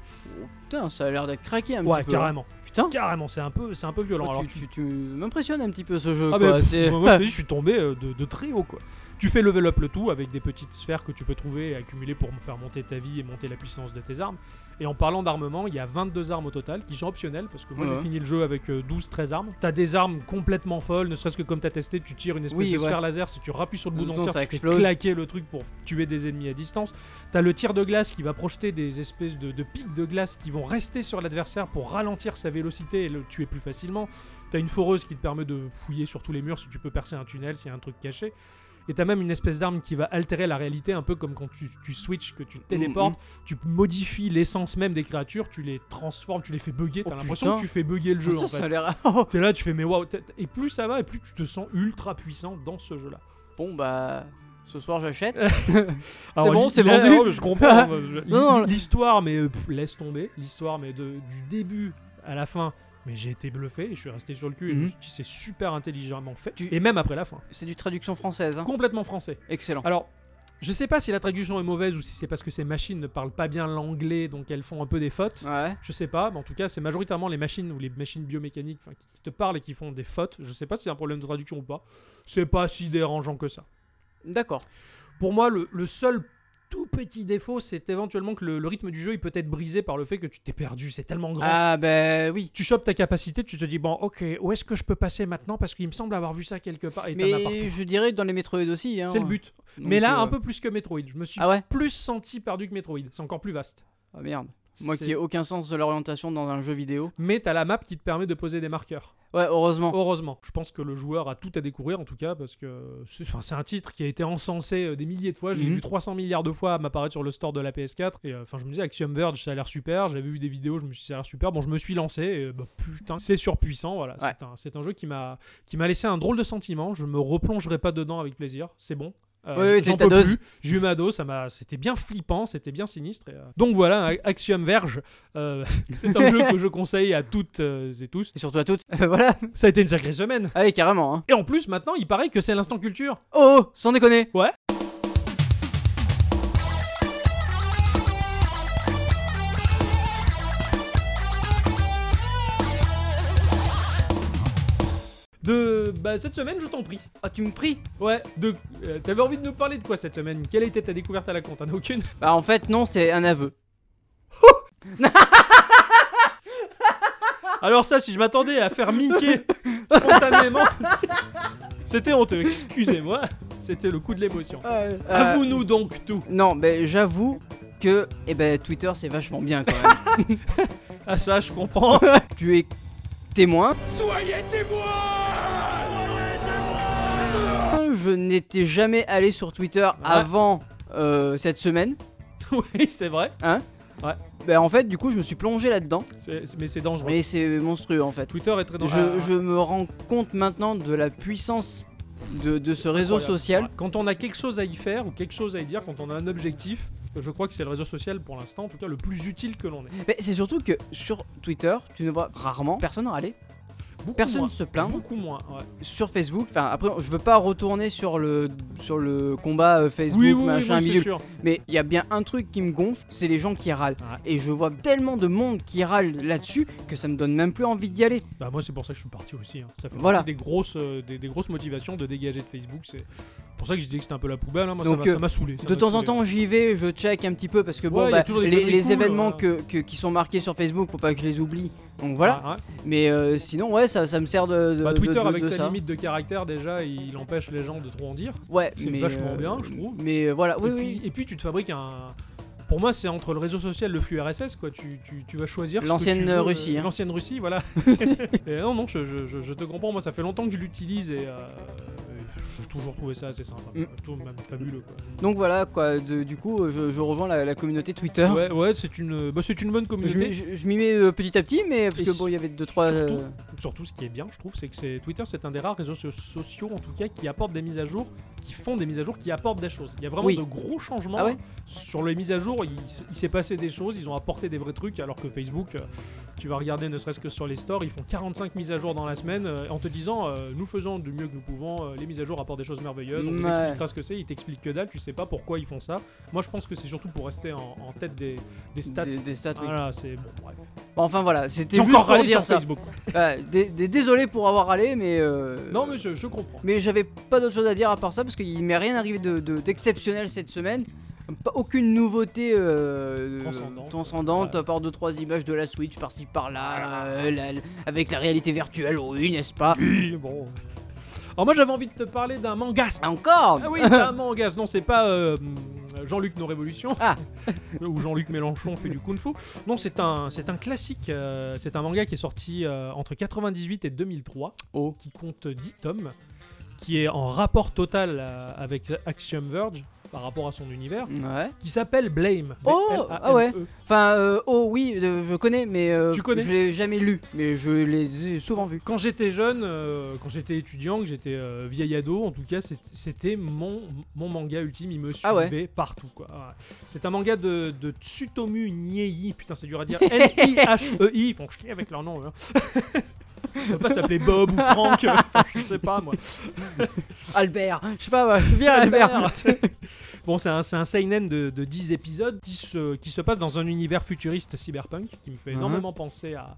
Speaker 4: Putain, ça a l'air d'être craqué un
Speaker 5: ouais,
Speaker 4: petit peu. hein.
Speaker 5: carrément,
Speaker 4: Putain.
Speaker 5: carrément, c'est un peu, c'est un peu violent.
Speaker 4: Oh,
Speaker 5: Alors,
Speaker 4: tu,
Speaker 5: tu-
Speaker 4: tu- tu m'impressionnes un petit peu ce jeu.
Speaker 5: Ah,
Speaker 4: quoi,
Speaker 5: mais, pff,
Speaker 4: c'est-
Speaker 5: moi, moi, je te dis, je suis tombé euh, de, de très haut quoi. Tu fais level up le tout avec des petites sphères que tu peux trouver et accumuler pour faire monter ta vie et monter la puissance de tes armes. Et en parlant d'armement, il y a 22 armes au total qui sont optionnelles parce que moi
Speaker 4: Ouais.
Speaker 5: j'ai fini le jeu avec 12-13 armes. T'as des armes complètement folles, ne serait-ce que comme t'as testé, tu tires une espèce
Speaker 4: Oui,
Speaker 5: de
Speaker 4: ouais.
Speaker 5: sphère laser, si tu rappuies sur le
Speaker 4: Le
Speaker 5: bouton,
Speaker 4: bouton,
Speaker 5: tir,
Speaker 4: ça
Speaker 5: tu
Speaker 4: explose.
Speaker 5: fais claquer le truc pour tuer des ennemis à distance. T'as le tir de glace qui va projeter des espèces de, de pics de glace qui vont rester sur l'adversaire pour ralentir sa vélocité et le tuer plus facilement. T'as une foreuse qui te permet de fouiller sur tous les murs si tu peux percer un tunnel, s'il y a un truc caché. Et t'as même une espèce d'arme qui va altérer la réalité, un peu comme quand tu, tu switches, que tu te téléportes,
Speaker 4: Mm,
Speaker 5: tu modifies l'essence même des créatures, tu les transformes, tu les fais bugger, t'as
Speaker 4: Oh,
Speaker 5: l'impression que
Speaker 4: putain.
Speaker 5: tu fais bugger le jeu
Speaker 4: Putain,
Speaker 5: en
Speaker 4: ça a
Speaker 5: fait.
Speaker 4: l'air-
Speaker 5: T'es là, tu fais mais waouh, t'es- et plus ça va, et plus tu te sens ultra puissant dans ce jeu-là.
Speaker 4: Bon bah, ce soir j'achète.
Speaker 5: Alors,
Speaker 4: bon,
Speaker 5: li-
Speaker 4: c'est
Speaker 5: là,
Speaker 4: vendu.
Speaker 5: non, mais je comprends. euh, li-
Speaker 4: Non, non.
Speaker 5: L'histoire, mais euh, pff, laisse tomber. L'histoire, mais de, du début à la fin. Mais j'ai été bluffé, et je suis resté sur le cul. et je me
Speaker 4: Mhm.
Speaker 5: suis dit, c'est super intelligemment fait.
Speaker 4: Tu-
Speaker 5: Et même après la fin.
Speaker 4: C'est du traduction française. hein.
Speaker 5: Complètement français.
Speaker 4: Excellent.
Speaker 5: Alors, je sais pas si la traduction est mauvaise ou si c'est parce que ces machines ne parlent pas bien l'anglais, donc elles font un peu des fautes.
Speaker 4: Ouais.
Speaker 5: Je sais pas, mais en tout cas, c'est majoritairement les machines ou les machines biomécaniques enfin, qui qui te parlent et qui font des fautes. Je sais pas si c'est un problème de traduction ou pas. C'est pas si dérangeant que ça.
Speaker 4: D'accord.
Speaker 5: Pour moi, le, le seul tout petit défaut, c'est éventuellement que le, le rythme du jeu, il peut être brisé par le fait que tu t'es perdu. C'est tellement grand.
Speaker 4: Ah bah oui.
Speaker 5: Tu chopes ta capacité, tu te dis, bon, ok, où est-ce que je peux passer maintenant Parce qu'il me semble avoir vu ça quelque part. Et t'en as partout.
Speaker 4: Mais je dirais dans les Metroid aussi. hein.
Speaker 5: C'est le but.
Speaker 4: Donc,
Speaker 5: Mais là,
Speaker 4: euh,
Speaker 5: un peu plus que Metroid. Je me suis
Speaker 4: Ah ouais
Speaker 5: plus senti perdu que Metroid. C'est encore plus vaste.
Speaker 4: Ah merde. Moi
Speaker 5: C'est-
Speaker 4: qui ai aucun sens de l'orientation dans un jeu vidéo.
Speaker 5: Mais t'as la map qui te permet de poser des marqueurs.
Speaker 4: Ouais, heureusement.
Speaker 5: Heureusement. Je pense que le joueur a tout à découvrir, en tout cas, parce que c'est enfin, c'est un titre qui a été encensé euh, des milliers de fois. J'ai
Speaker 4: Mhm.
Speaker 5: vu 300 milliards de fois m'apparaître sur le store de la PS4. Et euh, enfin, je me disais, Axiom Verge, ça a l'air super. J'avais vu des vidéos, je me suis dit, ça a l'air super. Bon, je me suis lancé. Et, bah, putain, c'est surpuissant. Voilà.
Speaker 4: Ouais.
Speaker 5: C'est un- C'est un, jeu qui m'a qui m'a laissé un drôle de sentiment. Je me replongerai pas dedans avec plaisir. C'est bon. Euh,
Speaker 4: Oui, oui,
Speaker 5: j'en
Speaker 4: t'as
Speaker 5: peux
Speaker 4: dose.
Speaker 5: plus. J'ai eu ma dose, ça m'a, c'était bien flippant, c'était bien sinistre. et, euh, Donc voilà, A- Axiom Verge, euh, c'est un jeu que je conseille à toutes euh, et tous.
Speaker 4: Et surtout à toutes. voilà.
Speaker 5: Ça a été une sacrée semaine.
Speaker 4: Ah oui, carrément. Hein.
Speaker 5: Et en plus, maintenant, il paraît que c'est l'instant culture.
Speaker 4: Oh, oh, sans déconner.
Speaker 5: Ouais. De bah cette semaine, je t'en prie.
Speaker 4: Ah, tu me pries
Speaker 5: Ouais, de euh, t'avais envie de nous parler de quoi cette semaine Quelle était ta découverte à la con T'en as aucune
Speaker 4: Bah, en fait, non, c'est un aveu.
Speaker 5: Alors ça, si je m'attendais à faire Mickey spontanément, c'était honteux. Excusez-moi, c'était le coup de l'émotion.
Speaker 4: Euh,
Speaker 5: Avoue-nous donc tout.
Speaker 4: Non, mais j'avoue que eh ben, Twitter, c'est vachement bien quand même.
Speaker 5: Ah ça, je comprends.
Speaker 4: tu es témoin. Soyez témoin Je n'étais jamais allé sur Twitter avant euh, cette semaine.
Speaker 5: oui, c'est vrai.
Speaker 4: Bah, en fait, du coup, je me suis plongé là-dedans.
Speaker 5: C'est- c'est- mais c'est dangereux.
Speaker 4: Et c'est monstrueux en fait.
Speaker 5: Twitter est très dangereux.
Speaker 4: Je, je me rends compte maintenant de la puissance de, de ce réseau
Speaker 5: Incroyable.
Speaker 4: social.
Speaker 5: Ouais. Quand on a quelque chose à y faire ou quelque chose à y dire, quand on a un objectif, je crois que c'est le réseau social pour l'instant, en tout cas le plus utile que l'on ait.
Speaker 4: Mais c'est surtout que sur Twitter, tu ne vois rarement personne râler,
Speaker 5: Beaucoup
Speaker 4: personne
Speaker 5: moins.
Speaker 4: se plaindre.
Speaker 5: Beaucoup moins. ouais.
Speaker 4: Sur Facebook, enfin après, je veux pas retourner sur le sur le combat euh, Facebook
Speaker 5: Oui, oui, oui,
Speaker 4: machin
Speaker 5: oui, c'est
Speaker 4: bidule.
Speaker 5: sûr.
Speaker 4: Mais il y a bien un truc qui me gonfle, c'est les gens qui râlent.
Speaker 5: Ouais.
Speaker 4: Et je vois tellement de monde qui râle là-dessus que ça me donne même plus envie d'y aller.
Speaker 5: Bah moi c'est pour ça que je suis parti aussi. hein. Ça fait
Speaker 4: Voilà.
Speaker 5: partie des grosses, euh, des, des grosses motivations de dégager de Facebook. C'est pour ça que je disais que c'était un peu la poubelle. hein. Moi ça
Speaker 4: Donc,
Speaker 5: m'a-
Speaker 4: euh,
Speaker 5: ça m'a saoulé. ça
Speaker 4: De
Speaker 5: m'a
Speaker 4: temps en
Speaker 5: saoulé.
Speaker 4: temps, j'y vais, je check un petit peu parce que bon,
Speaker 5: Ouais, y a
Speaker 4: bah,
Speaker 5: toujours des
Speaker 4: les,
Speaker 5: conneries
Speaker 4: les
Speaker 5: cool, hein.
Speaker 4: événements
Speaker 5: ouais.
Speaker 4: que- que- qui sont marqués sur Facebook, faut pas que je les oublie. Donc voilà.
Speaker 5: Ah, ouais.
Speaker 4: Mais euh, sinon, ouais, ça, ça me sert de. de-
Speaker 5: Bah, Twitter
Speaker 4: de- de-
Speaker 5: avec
Speaker 4: de
Speaker 5: sa
Speaker 4: ça.
Speaker 5: limite de caractère déjà, il empêche les gens de trop en dire.
Speaker 4: Ouais,
Speaker 5: c'est
Speaker 4: mais,
Speaker 5: vachement
Speaker 4: euh,
Speaker 5: bien, je trouve.
Speaker 4: Mais euh, voilà, oui,
Speaker 5: et,
Speaker 4: oui.
Speaker 5: Puis, et puis tu te fabriques un. Pour moi, c'est entre le réseau social, le flux RSS, quoi. Tu, tu, tu vas choisir. ce que tu
Speaker 4: L'ancienne
Speaker 5: veux, euh,
Speaker 4: Russie, hein.
Speaker 5: L'ancienne Russie, voilà. Et non, non, je, je- je- je te comprends. Moi, ça fait longtemps que je l'utilise et euh, j'ai toujours trouvé ça assez sympa.
Speaker 4: Mm.
Speaker 5: Je trouve même fabuleux, quoi.
Speaker 4: Donc voilà, quoi, de- du coup, je, je rejoins la, la communauté Twitter.
Speaker 5: Ouais, ouais, c'est une, bah, c'est une bonne
Speaker 4: Je m'y-
Speaker 5: communauté.
Speaker 4: Je je m'y mets euh, petit à petit, mais parce
Speaker 5: Et
Speaker 4: que bon, il y avait deux trois.
Speaker 5: surtout-
Speaker 4: euh,
Speaker 5: Surtout, ce qui est bien, je trouve, c'est que c'est Twitter, c'est un des rares réseaux so- sociaux, en tout cas, qui apporte des mises à jour, qui font des mises à jour, qui apportent des choses. Il y a vraiment
Speaker 4: Oui.
Speaker 5: de gros changements
Speaker 4: Ah ouais
Speaker 5: sur les mises à jour. Il, s- il s'est passé des choses, ils ont apporté des vrais trucs, alors que Facebook, euh, tu vas regarder, ne serait-ce que sur les stores, ils font 45 mises à jour dans la semaine, euh, en te disant, euh, nous faisons du mieux que nous pouvons, euh, les mises à jour apportent des choses merveilleuses, on vous
Speaker 4: Ouais.
Speaker 5: expliquera ce que c'est, ils t'expliquent que dalle, tu sais pas pourquoi ils font ça. Moi, je pense que c'est surtout pour rester en, en tête des, des stats.
Speaker 4: Des, des stats, oui.
Speaker 5: Voilà, c'est bon, bref.
Speaker 4: Bon, enfin voilà, c'était
Speaker 5: J'ai
Speaker 4: juste
Speaker 5: encore
Speaker 4: pour
Speaker 5: râlé
Speaker 4: dire
Speaker 5: sur
Speaker 4: ça.
Speaker 5: Facebook.
Speaker 4: Ouais, Bah, dé- dé- désolé pour avoir râlé, mais. euh,
Speaker 5: Non, mais je, je comprends.
Speaker 4: mais j'avais pas d'autre chose à dire à part ça parce qu'il m'est rien arrivé de- de- d'exceptionnel cette semaine. Pas, aucune nouveauté euh,
Speaker 5: Transcendante.
Speaker 4: transcendante,
Speaker 5: Ouais. Ah.
Speaker 4: à part deux trois images de la Switch par-ci par-là, euh, la- la- avec la réalité virtuelle, oh oui, n'est-ce pas
Speaker 5: Oui, bon. Alors moi j'avais envie de te parler d'un mangas.
Speaker 4: Encore
Speaker 5: Ah oui, c'est un mangas. Non, c'est pas euh, mm, Jean-Luc nos révolutions.
Speaker 4: Ah.
Speaker 5: Ou Jean-Luc Mélenchon fait du kung-fu. Non, c'est un, c'est un classique. euh, c'est un manga qui est sorti euh, entre 98 et 2003,
Speaker 4: Oh.
Speaker 5: qui compte 10 tomes, qui est en rapport total euh, avec Axiom Verge par rapport à son univers,
Speaker 4: Ouais.
Speaker 5: qui s'appelle Blame.
Speaker 4: Oh,
Speaker 5: B-L-A-M-E.
Speaker 4: ah ouais. Enfin, euh, oh oui, euh, je connais, mais euh,
Speaker 5: Tu connais
Speaker 4: je l'ai jamais lu, mais je l'ai souvent vu.
Speaker 5: Quand j'étais jeune, euh, quand j'étais étudiant, que j'étais euh, vieil ado, en tout cas, c'est- c'était mon, mon manga ultime. Il me suivait
Speaker 4: Ah ouais.
Speaker 5: partout. quoi. Ouais. C'est un manga de, de Tsutomu Niei. Putain, c'est dur à dire. N-I-H-E-I. E Ils font chier avec leur nom. Hein. Ils peuvent pas s'appeler Bob ou Franck. euh, enfin, je sais pas, moi.
Speaker 4: Albert, je sais pas, ouais, viens Albert.
Speaker 5: Ah, bon, c'est un, c'est un seinen de, de 10 épisodes qui se, qui se passe dans un univers futuriste cyberpunk qui me fait
Speaker 4: Mhm.
Speaker 5: énormément penser à,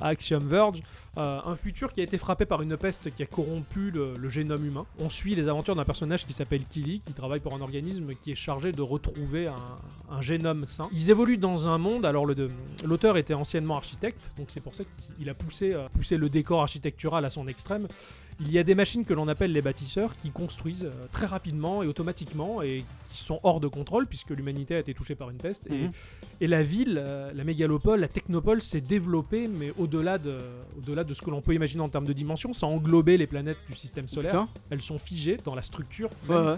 Speaker 5: à Axiom Verge. Euh, un futur qui a été frappé par une peste qui a corrompu le, le génome humain. On suit les aventures d'un personnage qui s'appelle Kili, qui travaille pour un organisme qui est chargé de retrouver un, un génome sain. Ils évoluent dans un monde, alors le de- l'auteur était anciennement architecte, donc c'est pour ça qu'il a poussé, euh, poussé le décor architectural à son extrême. Il y a des machines que l'on appelle les bâtisseurs qui construisent euh, très rapidement et automatiquement et qui sont hors de contrôle puisque l'humanité a été touchée par une peste. Et,
Speaker 4: Mhm.
Speaker 5: et la ville, euh, la mégalopole, la technopole s'est développée, mais au-delà de, au-delà de ce que l'on peut imaginer en termes de dimension, ça a englobé les planètes du système solaire.
Speaker 4: Putain,
Speaker 5: Elles sont figées dans la structure.
Speaker 4: ouais,
Speaker 5: même.
Speaker 4: ouais.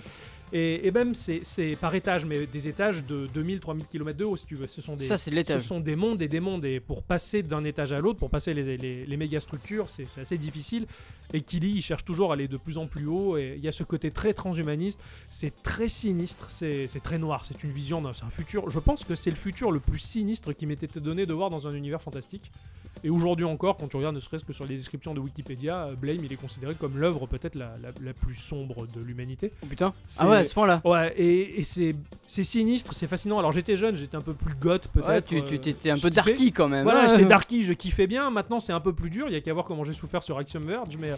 Speaker 5: Et, et même, c'est- c'est par étage, mais des étages de 2000-3000 km de haut, si tu veux. Ce sont des,
Speaker 4: Ça, c'est de
Speaker 5: ce
Speaker 4: l'étage.
Speaker 5: sont des mondes et des mondes. Et pour passer d'un étage à l'autre, pour passer les, les, les méga structures, c'est c'est assez difficile. Et Killy, il cherche toujours à aller de plus en plus haut. Et il y a ce côté très transhumaniste. C'est très sinistre. C'est c'est très noir. C'est une vision, d'un- c'est un futur. Je pense que c'est le futur le plus sinistre qui m'était donné de voir dans un univers fantastique. Et aujourd'hui encore, quand tu regardes ne serait-ce que sur les descriptions de Wikipédia, euh, Blame, il est considéré comme l'œuvre peut-être la- la- la plus sombre de l'humanité.
Speaker 4: Oh, putain.
Speaker 5: C'est-
Speaker 4: Ah ouais, à ce point-là.
Speaker 5: Ouais, et, et c'est c'est sinistre, c'est fascinant. Alors j'étais jeune, j'étais un peu plus goth peut-être.
Speaker 4: Ouais, tu
Speaker 5: euh,
Speaker 4: tu- t'étais un
Speaker 5: je
Speaker 4: peu
Speaker 5: kiffais.
Speaker 4: darky quand même.
Speaker 5: Voilà,
Speaker 4: hein.
Speaker 5: j'étais darky, je kiffais bien. Maintenant, c'est un peu plus dur. Il y a qu'à voir comment j'ai souffert sur Axiom Verge. Mais,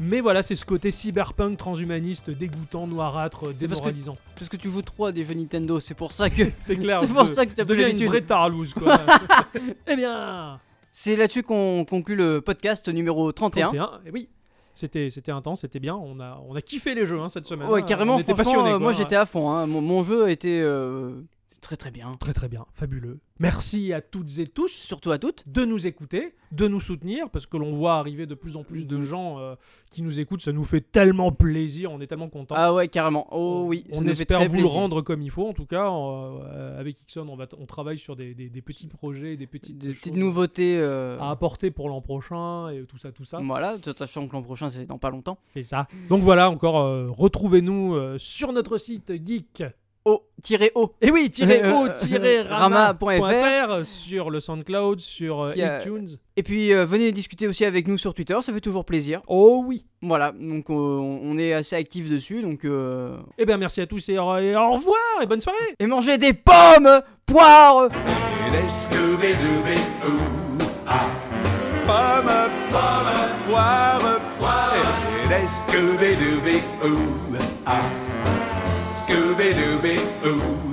Speaker 5: mais voilà, c'est ce côté cyberpunk, transhumaniste, dégoûtant, noirâtre,
Speaker 4: parce que-
Speaker 5: démoralisant.
Speaker 4: Parce que tu joues 3 des jeux Nintendo, c'est pour ça que.
Speaker 5: C'est clair.
Speaker 4: C'est
Speaker 5: je
Speaker 4: pour
Speaker 5: de-
Speaker 4: ça que t'as
Speaker 5: je
Speaker 4: plus
Speaker 5: deviens une
Speaker 4: l'habitude.
Speaker 5: vraie tarlouse, quoi. eh bien,
Speaker 4: C'est là-dessus qu'on conclut le podcast numéro 31.
Speaker 5: 31, eh oui. C'était c'était intense, c'était bien. On a, on a kiffé les jeux hein, cette semaine.
Speaker 4: Ouais,
Speaker 5: hein.
Speaker 4: carrément,
Speaker 5: On était
Speaker 4: franchement,
Speaker 5: passionnés.
Speaker 4: euh, moi
Speaker 5: quoi.
Speaker 4: j'étais à fond. hein. Mon, mon jeu était euh, très très bien.
Speaker 5: Très très bien, fabuleux. Merci à toutes et tous.
Speaker 4: Surtout à toutes.
Speaker 5: de nous écouter, de nous soutenir, parce que l'on voit arriver de plus en plus
Speaker 4: Mm-hmm.
Speaker 5: de gens euh, qui nous écoutent. Ça nous fait tellement plaisir, on est tellement contents.
Speaker 4: Ah ouais, carrément. Oh oui, ça
Speaker 5: on
Speaker 4: nous fait
Speaker 5: espère
Speaker 4: très
Speaker 5: vous le
Speaker 4: plaisir.
Speaker 5: rendre comme il faut. En tout cas, en- euh, avec Ixon, on, va t- on travaille sur des, des- des petits projets, des petites,
Speaker 4: Des petites
Speaker 5: choses
Speaker 4: nouveautés. euh,
Speaker 5: à apporter pour l'an prochain et tout ça, tout Ah, ça.
Speaker 4: Voilà, sachant que l'an prochain c'est dans pas longtemps.
Speaker 5: C'est ça. Donc voilà, encore, euh, retrouvez-nous euh, sur notre site geek.
Speaker 4: Oh, tiré haut.
Speaker 5: Et oui, tirez
Speaker 4: Euh,
Speaker 5: haut,
Speaker 4: euh,
Speaker 5: tirez
Speaker 4: rama.fr.
Speaker 5: rama.fr, sur le SoundCloud, sur euh,
Speaker 4: Qui a-
Speaker 5: iTunes.
Speaker 4: Et puis euh, venez discuter aussi avec nous sur Twitter, ça fait toujours plaisir.
Speaker 5: Oh oui.
Speaker 4: Voilà, donc euh, on est assez actif dessus, donc euh,
Speaker 5: Eh bien, merci à tous et au et au revoir et bonne soirée.
Speaker 4: et mangez des pommes, poires.
Speaker 6: Les Scooby-Dooby, ooh, ah. Pomme, pomme, poire, poire. Les Scooby-Dooby, ooh, ah. Scooby-Dooby, ooh,